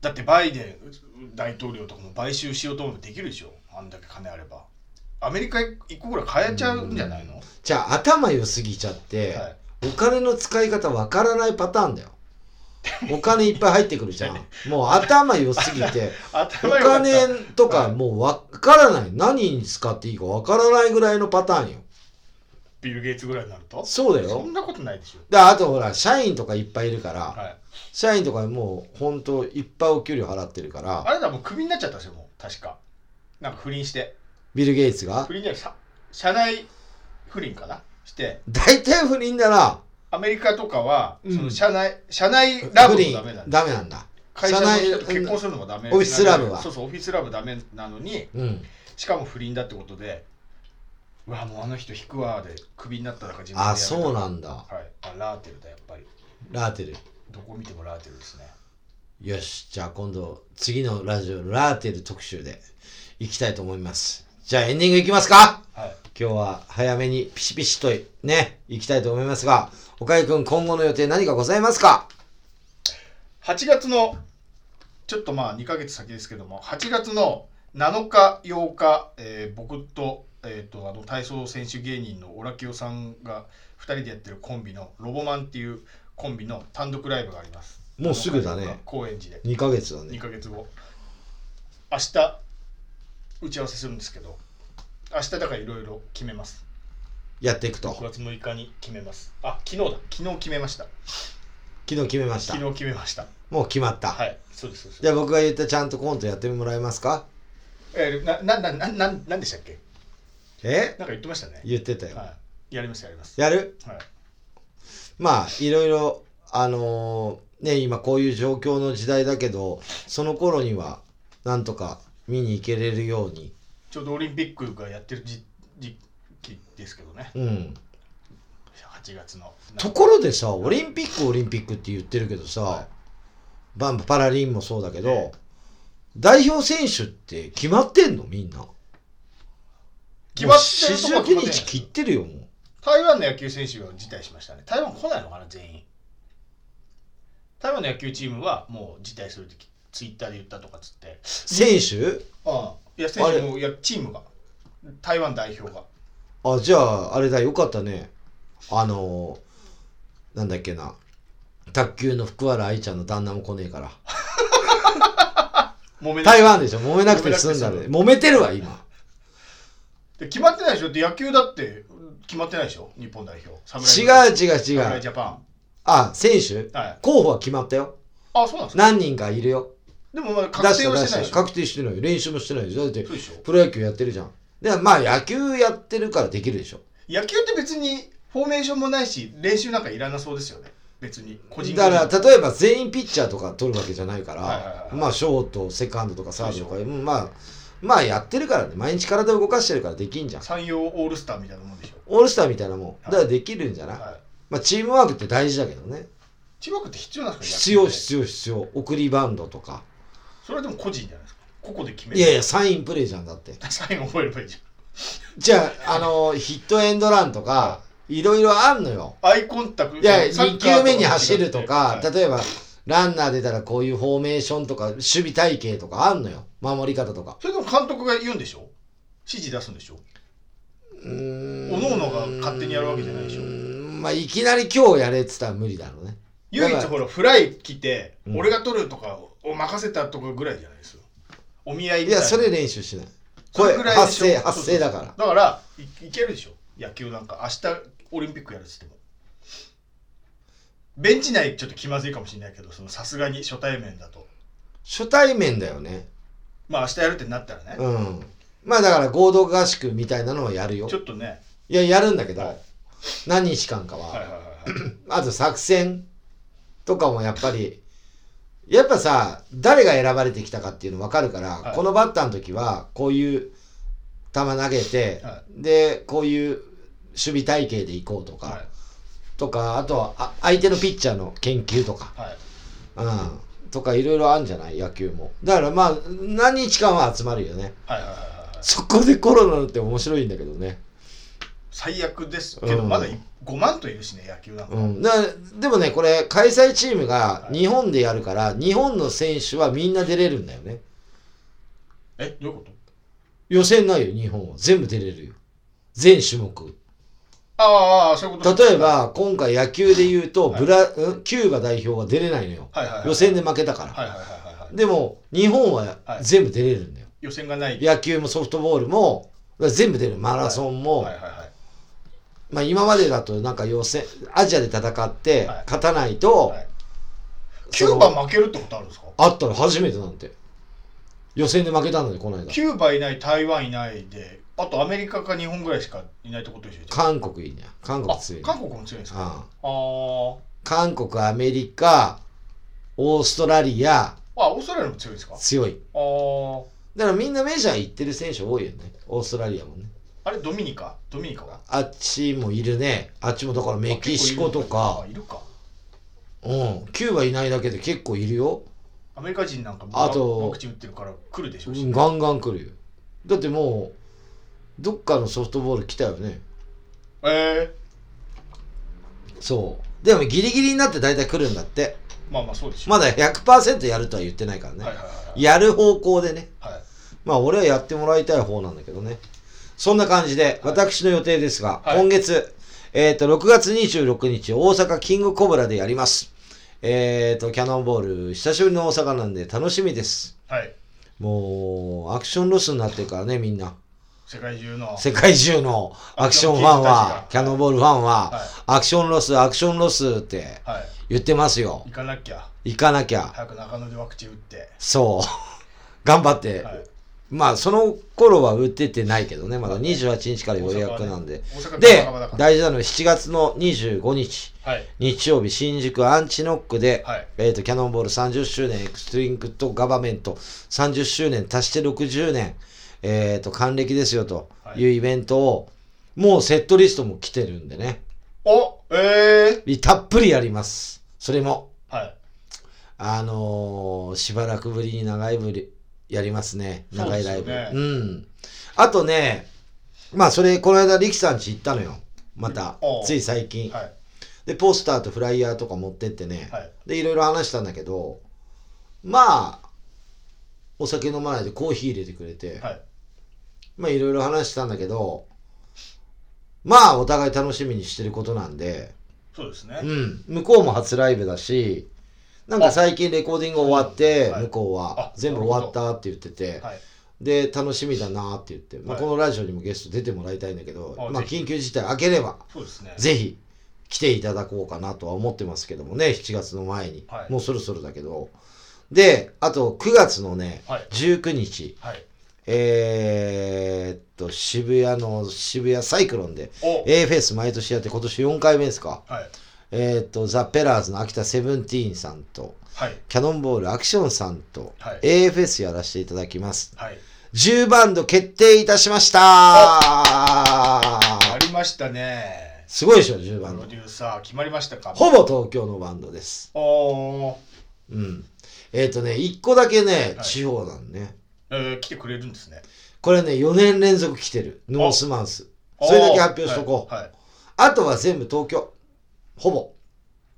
Speaker 2: だってバイデン大統領とかも買収しようと思えばできるでしょあんだけ金あればアメリカ一個ぐらい買えちゃうんじゃないの、
Speaker 1: じゃあ頭良すぎちゃって、
Speaker 2: はい
Speaker 1: お金の使い方わからないパターン だよお金いっぱい入ってくるじゃんもう頭良すぎて お
Speaker 2: 頭良かった
Speaker 1: 金とかもうわからない何に使っていいかわからないぐらいのパターンよ
Speaker 2: ビル・ゲイツぐらいになると
Speaker 1: そうだ
Speaker 2: そ
Speaker 1: よ
Speaker 2: んなことないでしょ
Speaker 1: であとほら社員とかいっぱいいるから、
Speaker 2: はい、
Speaker 1: 社員とかもう本当いっぱいお給料払ってるから
Speaker 2: あれだもうクビになっちゃったんですよもう確かなんか不倫して
Speaker 1: ビル・ゲイツが
Speaker 2: 不倫じゃない社社内不倫かなして
Speaker 1: 大体不倫だな
Speaker 2: アメリカとかは、
Speaker 1: うん
Speaker 2: その社内社内ラブ
Speaker 1: 不
Speaker 2: も
Speaker 1: 倫
Speaker 2: ダメなんだ。
Speaker 1: ダメなんだ
Speaker 2: 会社の人と
Speaker 1: 社内
Speaker 2: 結婚するのもダメ。
Speaker 1: オフィスラブは
Speaker 2: そうそう、オフィスラブダメなのに、
Speaker 1: うん
Speaker 2: しかも不倫だってことで、うわ、もうあの人引くわでクビになっただから自分で
Speaker 1: あそう
Speaker 2: な
Speaker 1: なんだ
Speaker 2: はい。あ、ラーテルだ、やっぱり。
Speaker 1: ラーテル
Speaker 2: どこ見てもラーテルですね。
Speaker 1: よしじゃあ今度次のラジオラーテル特集でいきたいと思いますじゃあエンディングいきますか
Speaker 2: はい。
Speaker 1: 今日は早めにピシピシとね行きたいと思いますが岡井くん今後の予定何かございますか
Speaker 2: 8月の、ちょっとまあ2ヶ月先ですけども、8月の7日、8日、えー僕と、えー、とあの体操選手芸人のオラキオさんが2人でやってるコンビのロボマンっていうコンビの単独ライブがあります。
Speaker 1: もうすぐだね
Speaker 2: 高円寺で
Speaker 1: 2ヶ月だね
Speaker 2: 2ヶ月後明日打ち合わせするんですけど明日だからいろいろ決めます
Speaker 1: やっていくと
Speaker 2: 9月6日に決めますあ昨日だ昨日決めました
Speaker 1: 昨日決めました
Speaker 2: 昨日決めました
Speaker 1: もう決まった、
Speaker 2: はいそうですそうです
Speaker 1: じゃあ僕が言ったちゃんとコントやってもらえますか
Speaker 2: えー、なななななんでしたっけ
Speaker 1: え
Speaker 2: なんか言ってましたね
Speaker 1: 言ってたよ、
Speaker 2: はいやりますやります
Speaker 1: やる
Speaker 2: はい
Speaker 1: まあいろいろあのーね今こういう状況の時代だけどその頃にはなんとか見に行けれるように
Speaker 2: ちょうどオリンピックがやってる時時期ですけどね
Speaker 1: うん
Speaker 2: 8月の
Speaker 1: ところでさオリンピックオリンピックって言ってるけどさ、
Speaker 2: は
Speaker 1: バンパラリンもそうだけど、
Speaker 2: ええ
Speaker 1: 代表選手って決まってんのみんな
Speaker 2: 決まってるとこは決
Speaker 1: もう49
Speaker 2: まってない
Speaker 1: 日切ってるよもう
Speaker 2: 台湾の野球選手が辞退しましたね台湾来ないのかな全員台湾の野球チームはもう辞退する時ツイッターで言ったとかっつって
Speaker 1: 選手
Speaker 2: ああいや選手もいやチームが台湾代表が
Speaker 1: あじゃああれだよかったねあのーなんだっけ な卓球の福原愛ちゃんの旦那も来ねえから
Speaker 2: 揉めない
Speaker 1: 台湾でしょ揉めなくて済んだで揉めてるわ今
Speaker 2: で決まってないでしょで野球だって決まってないでしょ日本代表
Speaker 1: 違
Speaker 2: う
Speaker 1: う違う違
Speaker 2: 侍
Speaker 1: う
Speaker 2: ジャパ
Speaker 1: あ選手
Speaker 2: ンはい
Speaker 1: 候補は決まったよ
Speaker 2: あそうなんですか
Speaker 1: 何人かいるよ
Speaker 2: でもまだ確定はしてな
Speaker 1: 出
Speaker 2: いで
Speaker 1: し
Speaker 2: したょ
Speaker 1: 確定してないよ練習もしてないよだって
Speaker 2: そうでしょ
Speaker 1: プロ野球やってるじゃんでまあ野球やってるからできるでしょ
Speaker 2: 野球って別にフォーメーションもないし練習なんかいらなそうですよね別に個人個
Speaker 1: だ
Speaker 2: 人
Speaker 1: から例えば全員ピッチャーとか取るわけじゃないから、
Speaker 2: はいはいはい
Speaker 1: まあショートセカンドとかサードとか
Speaker 2: そう
Speaker 1: うんまあまあやってるからね毎日体動かしてるからできんじゃん
Speaker 2: 山陽オールスターみたいなもんでし
Speaker 1: オールスターみたいなもん
Speaker 2: はい
Speaker 1: だからできるんじゃ
Speaker 2: ょ、
Speaker 1: ない、
Speaker 2: は
Speaker 1: まあ、チームワークって大事だけどね
Speaker 2: い、中学って必要なんですか
Speaker 1: 必要
Speaker 2: 野球って
Speaker 1: 必要必要送りバンドとか
Speaker 2: それはでも個人じゃないですか個々で決め
Speaker 1: いやいやサインプレーじゃんだって
Speaker 2: サイン覚えればいいじ
Speaker 1: じゃああのヒットエンドランとかいろいろあんのよ
Speaker 2: ゃんアイコンタクト
Speaker 1: いや
Speaker 2: サ
Speaker 1: 2
Speaker 2: ッカー
Speaker 1: 球目に走ると
Speaker 2: は
Speaker 1: か
Speaker 2: い
Speaker 1: 例えばランナー出たらこういうフォーメーションとか守備体系とかあんのよ守り方とか
Speaker 2: それでも監督が言うんでしょ指示出すんでしょ
Speaker 1: うーん
Speaker 2: 各々が勝手にやるわけじゃないでしょ
Speaker 1: うーんまあいきなり今日やれっつったら無理だろうね
Speaker 2: 唯一
Speaker 1: だから
Speaker 2: ほらフライ来て、
Speaker 1: うん
Speaker 2: 俺が取るとかを任せたとかぐらいじゃないですよお見合い
Speaker 1: い
Speaker 2: みたい
Speaker 1: や
Speaker 2: な
Speaker 1: それ練習しない
Speaker 2: それ
Speaker 1: 声
Speaker 2: ぐらいでし
Speaker 1: 発
Speaker 2: ょ
Speaker 1: 声
Speaker 2: そうそう
Speaker 1: 発声だから
Speaker 2: だからいいけるでしょ野球なんか明日オリンピックやるっつってもベンチ内ちょっと気まずいかもしれないけどそのさすがに初対面だと
Speaker 1: 初対面だよね
Speaker 2: まあ明日やるってなったらね、
Speaker 1: うんまあだから合同合宿みたいなのはやるよ
Speaker 2: ちょっとね
Speaker 1: いややるんだけど、
Speaker 2: はい
Speaker 1: 何日間かは、
Speaker 2: はいはいはいはい
Speaker 1: あと作戦とかもやっぱりやっぱさ誰が選ばれてきたかっていうの分かるから、
Speaker 2: はい
Speaker 1: このバッターの時はこういう球投げて、
Speaker 2: は
Speaker 1: でこういう守備体系でいこうとか、
Speaker 2: はい
Speaker 1: とかあとはあ相手のピッチャーの研究とか、
Speaker 2: はい
Speaker 1: うん、とかいろいろあるんじゃない野球もだからまあ何日間は集まるよね
Speaker 2: はいはいはいはい
Speaker 1: そこでコロナって面白いんだけどね、
Speaker 2: 最悪ですけ
Speaker 1: う
Speaker 2: ど、
Speaker 1: ん
Speaker 2: まだ5万といるしね野球なんか、
Speaker 1: うん、だからでもねこれ開催チームが日本でやるから日本の選手はみんな出れるんだよね
Speaker 2: えどういうこと
Speaker 1: 予選ないよ日本は全部出れるよ全種目
Speaker 2: ああああそういうこと
Speaker 1: 例えば今回野球で言うと
Speaker 2: はい
Speaker 1: ブラ、うんキューバ代表は出れないのよ
Speaker 2: はいはいはい
Speaker 1: 予選で負けたから
Speaker 2: はいはいはいはいはい
Speaker 1: でも日本は
Speaker 2: はい
Speaker 1: 全部出れるんだよ
Speaker 2: 予選がない
Speaker 1: 野球もソフトボールもだから全部出るマラソンも、
Speaker 2: はいはいはい
Speaker 1: まあ、今までだとなんか予選アジアで戦って
Speaker 2: はい
Speaker 1: 勝たないと、
Speaker 2: はいキューバ負けるってことあるんですか
Speaker 1: あったら初めてなんて予選で負けたんだよこの間
Speaker 2: キューバいない台湾いないであとアメリカか日本ぐらいしかいないってことでしょ
Speaker 1: 韓国いいね韓国
Speaker 2: あ
Speaker 1: 強いね
Speaker 2: 韓国も強いんですか
Speaker 1: うん
Speaker 2: あー
Speaker 1: 韓国アメリカオーストラリア
Speaker 2: あオーストラリアも強いんですか
Speaker 1: 強い
Speaker 2: あー
Speaker 1: だからみんなメジャー行ってる選手多いよねオーストラリアもね
Speaker 2: あれドミニカドミニカは
Speaker 1: あっちもいるねあっちもだからメキシコと
Speaker 2: あ
Speaker 1: か
Speaker 2: いるか
Speaker 1: うんキューバいないだけで結構いるよ
Speaker 2: アメリカ人なんかも
Speaker 1: あと
Speaker 2: ワクチン打ってるから来るでしょうし、
Speaker 1: ガンガン来るよだってもうどっかのソフトボール来たよね
Speaker 2: え
Speaker 1: そうでもギリギリになって大体来るんだって
Speaker 2: ー、まあまあそうでしょ
Speaker 1: ま
Speaker 2: う、
Speaker 1: だ100%やるとは言ってないからね、
Speaker 2: はいはいはい
Speaker 1: やる方向でね
Speaker 2: はい、はい
Speaker 1: まあ俺はやってもらいたい方なんだけどね。そんな感じで、私の予定ですが、
Speaker 2: はい
Speaker 1: 今月、えっ、と、6月26日、大阪キングコブラでやります。えっ、と、キャノンボール、久しぶりの大阪なんで楽しみです。
Speaker 2: はい、
Speaker 1: もう、アクションロスになってるからね、みんな。
Speaker 2: 世界中の
Speaker 1: 世界中のアクションファンは、キャノンボールファンは
Speaker 2: は、
Speaker 1: アクションロス、アクションロスって
Speaker 2: はい
Speaker 1: 言ってますよ
Speaker 2: 行。かなきゃ
Speaker 1: 行かなきゃ。
Speaker 2: 早く中野でワクチン打って、
Speaker 1: そう。 頑張って
Speaker 2: はい、
Speaker 1: まあその頃は売っててないけどねまだ28日から予約なんで、
Speaker 2: 大阪はね大
Speaker 1: で
Speaker 2: 阪はね
Speaker 1: 大事なのは7月の25日
Speaker 2: はい
Speaker 1: 日曜日新宿アンチノックで、
Speaker 2: はい
Speaker 1: えー、とキャノンボール30周年エクストリンクとガバメント30周年足して60年、えー、と還暦ですよというイベントを、もうセットリストも来てるんでね
Speaker 2: おえ
Speaker 1: たっぷりやりますそれも
Speaker 2: ー、はい
Speaker 1: あのーしばらくぶりに長いぶりやりますね長いライブ
Speaker 2: そうですよね
Speaker 1: んあとねまあそれこの間力さんち行ったのよまた
Speaker 2: おう
Speaker 1: つい最近、
Speaker 2: はい
Speaker 1: でポスターとフライヤーとか持ってってね、
Speaker 2: はい
Speaker 1: でいろいろ話したんだけどまあお酒飲まないでコーヒー入れてくれて、
Speaker 2: はい
Speaker 1: まあいろいろ話したんだけどまあお互い楽しみにしてることなんで
Speaker 2: そうですね、
Speaker 1: うん、向こうも初ライブだしなんか最近レコーディング終わって、
Speaker 2: はい
Speaker 1: 向こうは
Speaker 2: あ
Speaker 1: 全部終わったって言ってて、
Speaker 2: はい
Speaker 1: で楽しみだなって言って、まあ、
Speaker 2: はい
Speaker 1: このラジオにもゲスト出てもらいたいんだけど、
Speaker 2: あ
Speaker 1: まあ、
Speaker 2: ぜひ
Speaker 1: 緊急事態明ければ
Speaker 2: そうですね
Speaker 1: ぜひ来ていただこうかなとは思ってますけどもね7月の前に、
Speaker 2: はい
Speaker 1: もうそろそろだけどであと9月のね、
Speaker 2: はい
Speaker 1: 19日
Speaker 2: はい
Speaker 1: えー、っと渋谷の渋谷サイクロンで
Speaker 2: お
Speaker 1: A フェス毎年やって今年4回目ですか
Speaker 2: はい
Speaker 1: えー、っとザ・ペラーズの秋田セブンティーンさんと
Speaker 2: はい
Speaker 1: キャノンボールアクションさんと
Speaker 2: はい
Speaker 1: A フェスやらせていただきます
Speaker 2: はい
Speaker 1: 10バンド決定いたしました
Speaker 2: ありましたね
Speaker 1: すごいでしょ10
Speaker 2: プ
Speaker 1: バン
Speaker 2: ロ
Speaker 1: ド
Speaker 2: デューサー決まりましたか
Speaker 1: ほぼ東京のバンドです
Speaker 2: おー
Speaker 1: うん。えっ、とね、一個だけね、
Speaker 2: はい
Speaker 1: 地方なんね。
Speaker 2: えー来てくれるんですね
Speaker 1: これね、4年連続来てる。ノースマウス。
Speaker 2: おー
Speaker 1: それだけ発表しとこう
Speaker 2: はいはい
Speaker 1: あとは全部東京。ほぼ。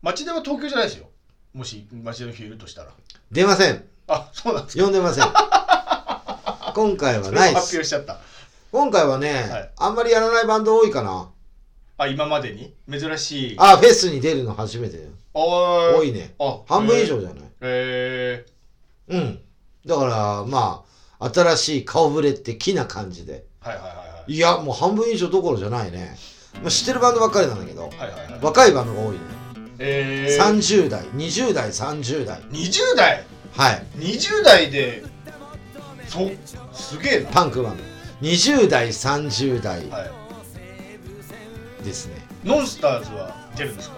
Speaker 2: 町田は東京じゃないですよもし町田の人いるとしたら
Speaker 1: 出ません。
Speaker 2: あそうなんです
Speaker 1: 呼んでませ ん。今回は
Speaker 2: それ
Speaker 1: ないで
Speaker 2: も発
Speaker 1: す。
Speaker 2: 表しちゃった
Speaker 1: 今回はね、
Speaker 2: い
Speaker 1: あんまりやらないバンド多いかな。
Speaker 2: あ今までに珍しい
Speaker 1: あ、フェスに出るの初めてだよ。
Speaker 2: お
Speaker 1: 多
Speaker 2: ー
Speaker 1: いね。
Speaker 2: あ
Speaker 1: 半分以上
Speaker 2: へ
Speaker 1: じゃない。
Speaker 2: え
Speaker 1: うん。だから、まあ、新しい顔ぶれって気な感じで。
Speaker 2: ー、はいはいはい
Speaker 1: いや、もう半分以上どころじゃないね。まあ、知ってるバンドばっかりなんだけど。
Speaker 2: はいはいはいはい
Speaker 1: 若いバンドが多いね、
Speaker 2: えー、
Speaker 1: 30代20代30代
Speaker 2: 20代
Speaker 1: はい
Speaker 2: 20代でそすげえな
Speaker 1: パンクバンド20代30代
Speaker 2: はい
Speaker 1: ですね、
Speaker 2: ノンスターズは出るんですか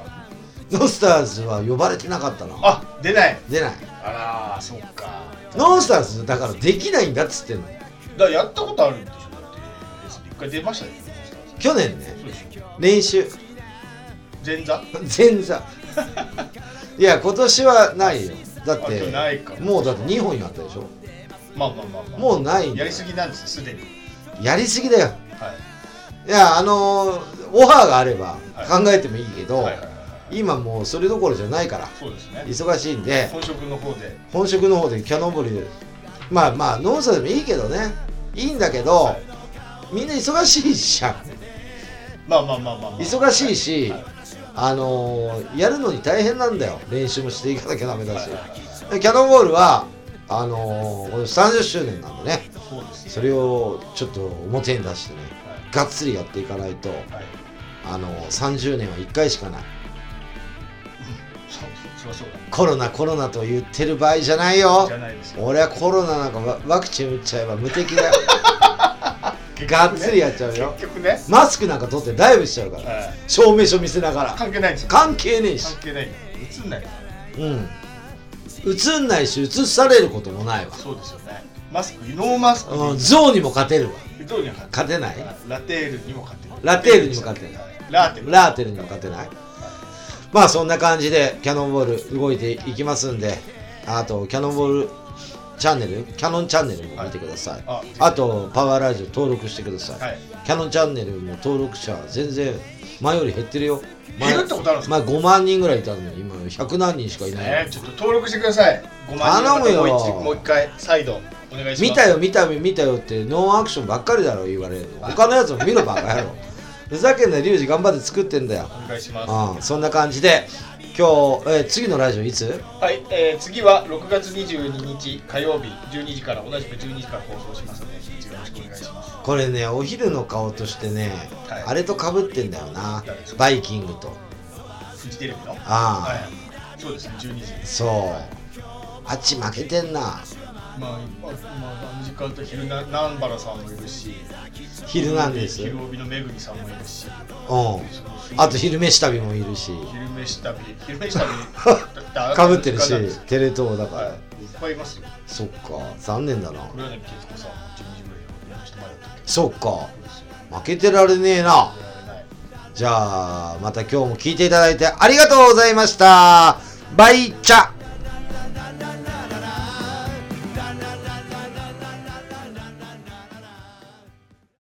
Speaker 1: ノンスターズは呼ばれてなかったな
Speaker 2: あ出ない
Speaker 1: 出ない
Speaker 2: あらーそっか
Speaker 1: ノンスターズだからできないんだっつってんの
Speaker 2: だからやったことあるんでしょだってレースで一回出ましたねノンスターズ
Speaker 1: 去年ね
Speaker 2: そうでしょ
Speaker 1: 練習
Speaker 2: 前座
Speaker 1: 前座いや今年はないよだっ
Speaker 2: あ今日
Speaker 1: て
Speaker 2: ないか
Speaker 1: もうだって2本やったでしょ
Speaker 2: まあまあまあ、まあ、
Speaker 1: もうないんだ
Speaker 2: やりすぎなんですすでに
Speaker 1: やりすぎだよ
Speaker 2: はい
Speaker 1: いやあのーオファーがあれば
Speaker 2: は
Speaker 1: 考えてもいいけど、
Speaker 2: はいはいはいはい
Speaker 1: 今もうそれどころじゃないから
Speaker 2: そうですね
Speaker 1: 忙しいんで
Speaker 2: 本職の方で
Speaker 1: 本職の方でキャノンボールでまあまあノンスターでもいいけどねいいんだけど、
Speaker 2: はい
Speaker 1: みんな忙しいじゃん
Speaker 2: まあまあまあまあ、まあ、
Speaker 1: 忙しいし
Speaker 2: はいはい
Speaker 1: あのーやるのに大変なんだよ練習もしていかなきゃダメだし
Speaker 2: はいはい
Speaker 1: でキャノンボールはあのー今年30周年なんでね
Speaker 2: そうです
Speaker 1: それをちょっと表に出してね
Speaker 2: は
Speaker 1: がっつりやっていかないと、
Speaker 2: い、はい、
Speaker 1: あのー30年は1回しかない
Speaker 2: そそりゃそう
Speaker 1: コロナコロナと言ってる場合じゃない
Speaker 2: だ
Speaker 1: よ
Speaker 2: じゃないですよ
Speaker 1: 俺はコロナなんかワワクチン打っちゃえば無敵だよがっつりやっちゃうよ
Speaker 2: 結局ね、
Speaker 1: マスクなんか取ってダイブしちゃうから
Speaker 2: は
Speaker 1: 証明書見せなが
Speaker 2: い、
Speaker 1: ら
Speaker 2: 関係ないんですよ
Speaker 1: 関係ねえし
Speaker 2: 関係ない映んないから
Speaker 1: うん映んないし映されることもないわ
Speaker 2: そうですよねマスクノーマスク
Speaker 1: うん象にも勝てるわ
Speaker 2: どうにも勝
Speaker 1: 勝てない
Speaker 2: てラテールにも勝てる
Speaker 1: ラテールにも勝てる
Speaker 2: はいラーテル
Speaker 1: ラーテルにも勝てないまあそんな感じでキャノンボール動いていきますんであとキャノンボールチャンネルキャノンチャンネルも見てください、
Speaker 2: あ
Speaker 1: あとパワーラジオ登録してください、
Speaker 2: はい
Speaker 1: キャノンチャンネルも登録者全然前より減ってるよ前
Speaker 2: 減るってことあるんですか
Speaker 1: 前5万人ぐらいいたのに今100何人しかいないよ、
Speaker 2: ねちょっと登録してください5万人の
Speaker 1: 頼
Speaker 2: 方
Speaker 1: むよ
Speaker 2: もう一もう一回再度お願いします
Speaker 1: 見たよ見たよ見たよってノンアクションばっかりだろ言われるの他のやつも見ろバカ野郎ふざけんなリュウジ頑張って作ってんだよ、
Speaker 2: お願いします
Speaker 1: うん、そんな感じで今日、えー次のラジオいつ
Speaker 2: はい、えー次は6月22日火曜日12時から同じく12時から放送しますのでよろしくお願いします
Speaker 1: これねお昼の顔としてね、
Speaker 2: はい
Speaker 1: あれとかぶってんだよな
Speaker 2: 誰ですか
Speaker 1: バイキングと
Speaker 2: フジテレビのは
Speaker 1: ああ、
Speaker 2: いそうですね12時
Speaker 1: そうあっち負けてんな
Speaker 2: まあ、まあ、まあ、時間と昼な、南原さんもいるし。
Speaker 1: ヒルナンデス
Speaker 2: 昼帯のめぐみさんもいるし。
Speaker 1: うんあと昼飯旅もいるし
Speaker 2: 昼飯旅、昼飯旅。
Speaker 1: かぶってるし
Speaker 2: はい、いっ
Speaker 1: テレ東だから、
Speaker 2: ぱいいますよ。
Speaker 1: そっか残念だな
Speaker 2: 黒柳徹子さんも12時ぐらいの人前だったけど。
Speaker 1: そっか
Speaker 2: そうですよ。
Speaker 1: 負けてられねえな
Speaker 2: やられない。
Speaker 1: じゃあまた今日も聞いていただいてありがとうございましたバイチャ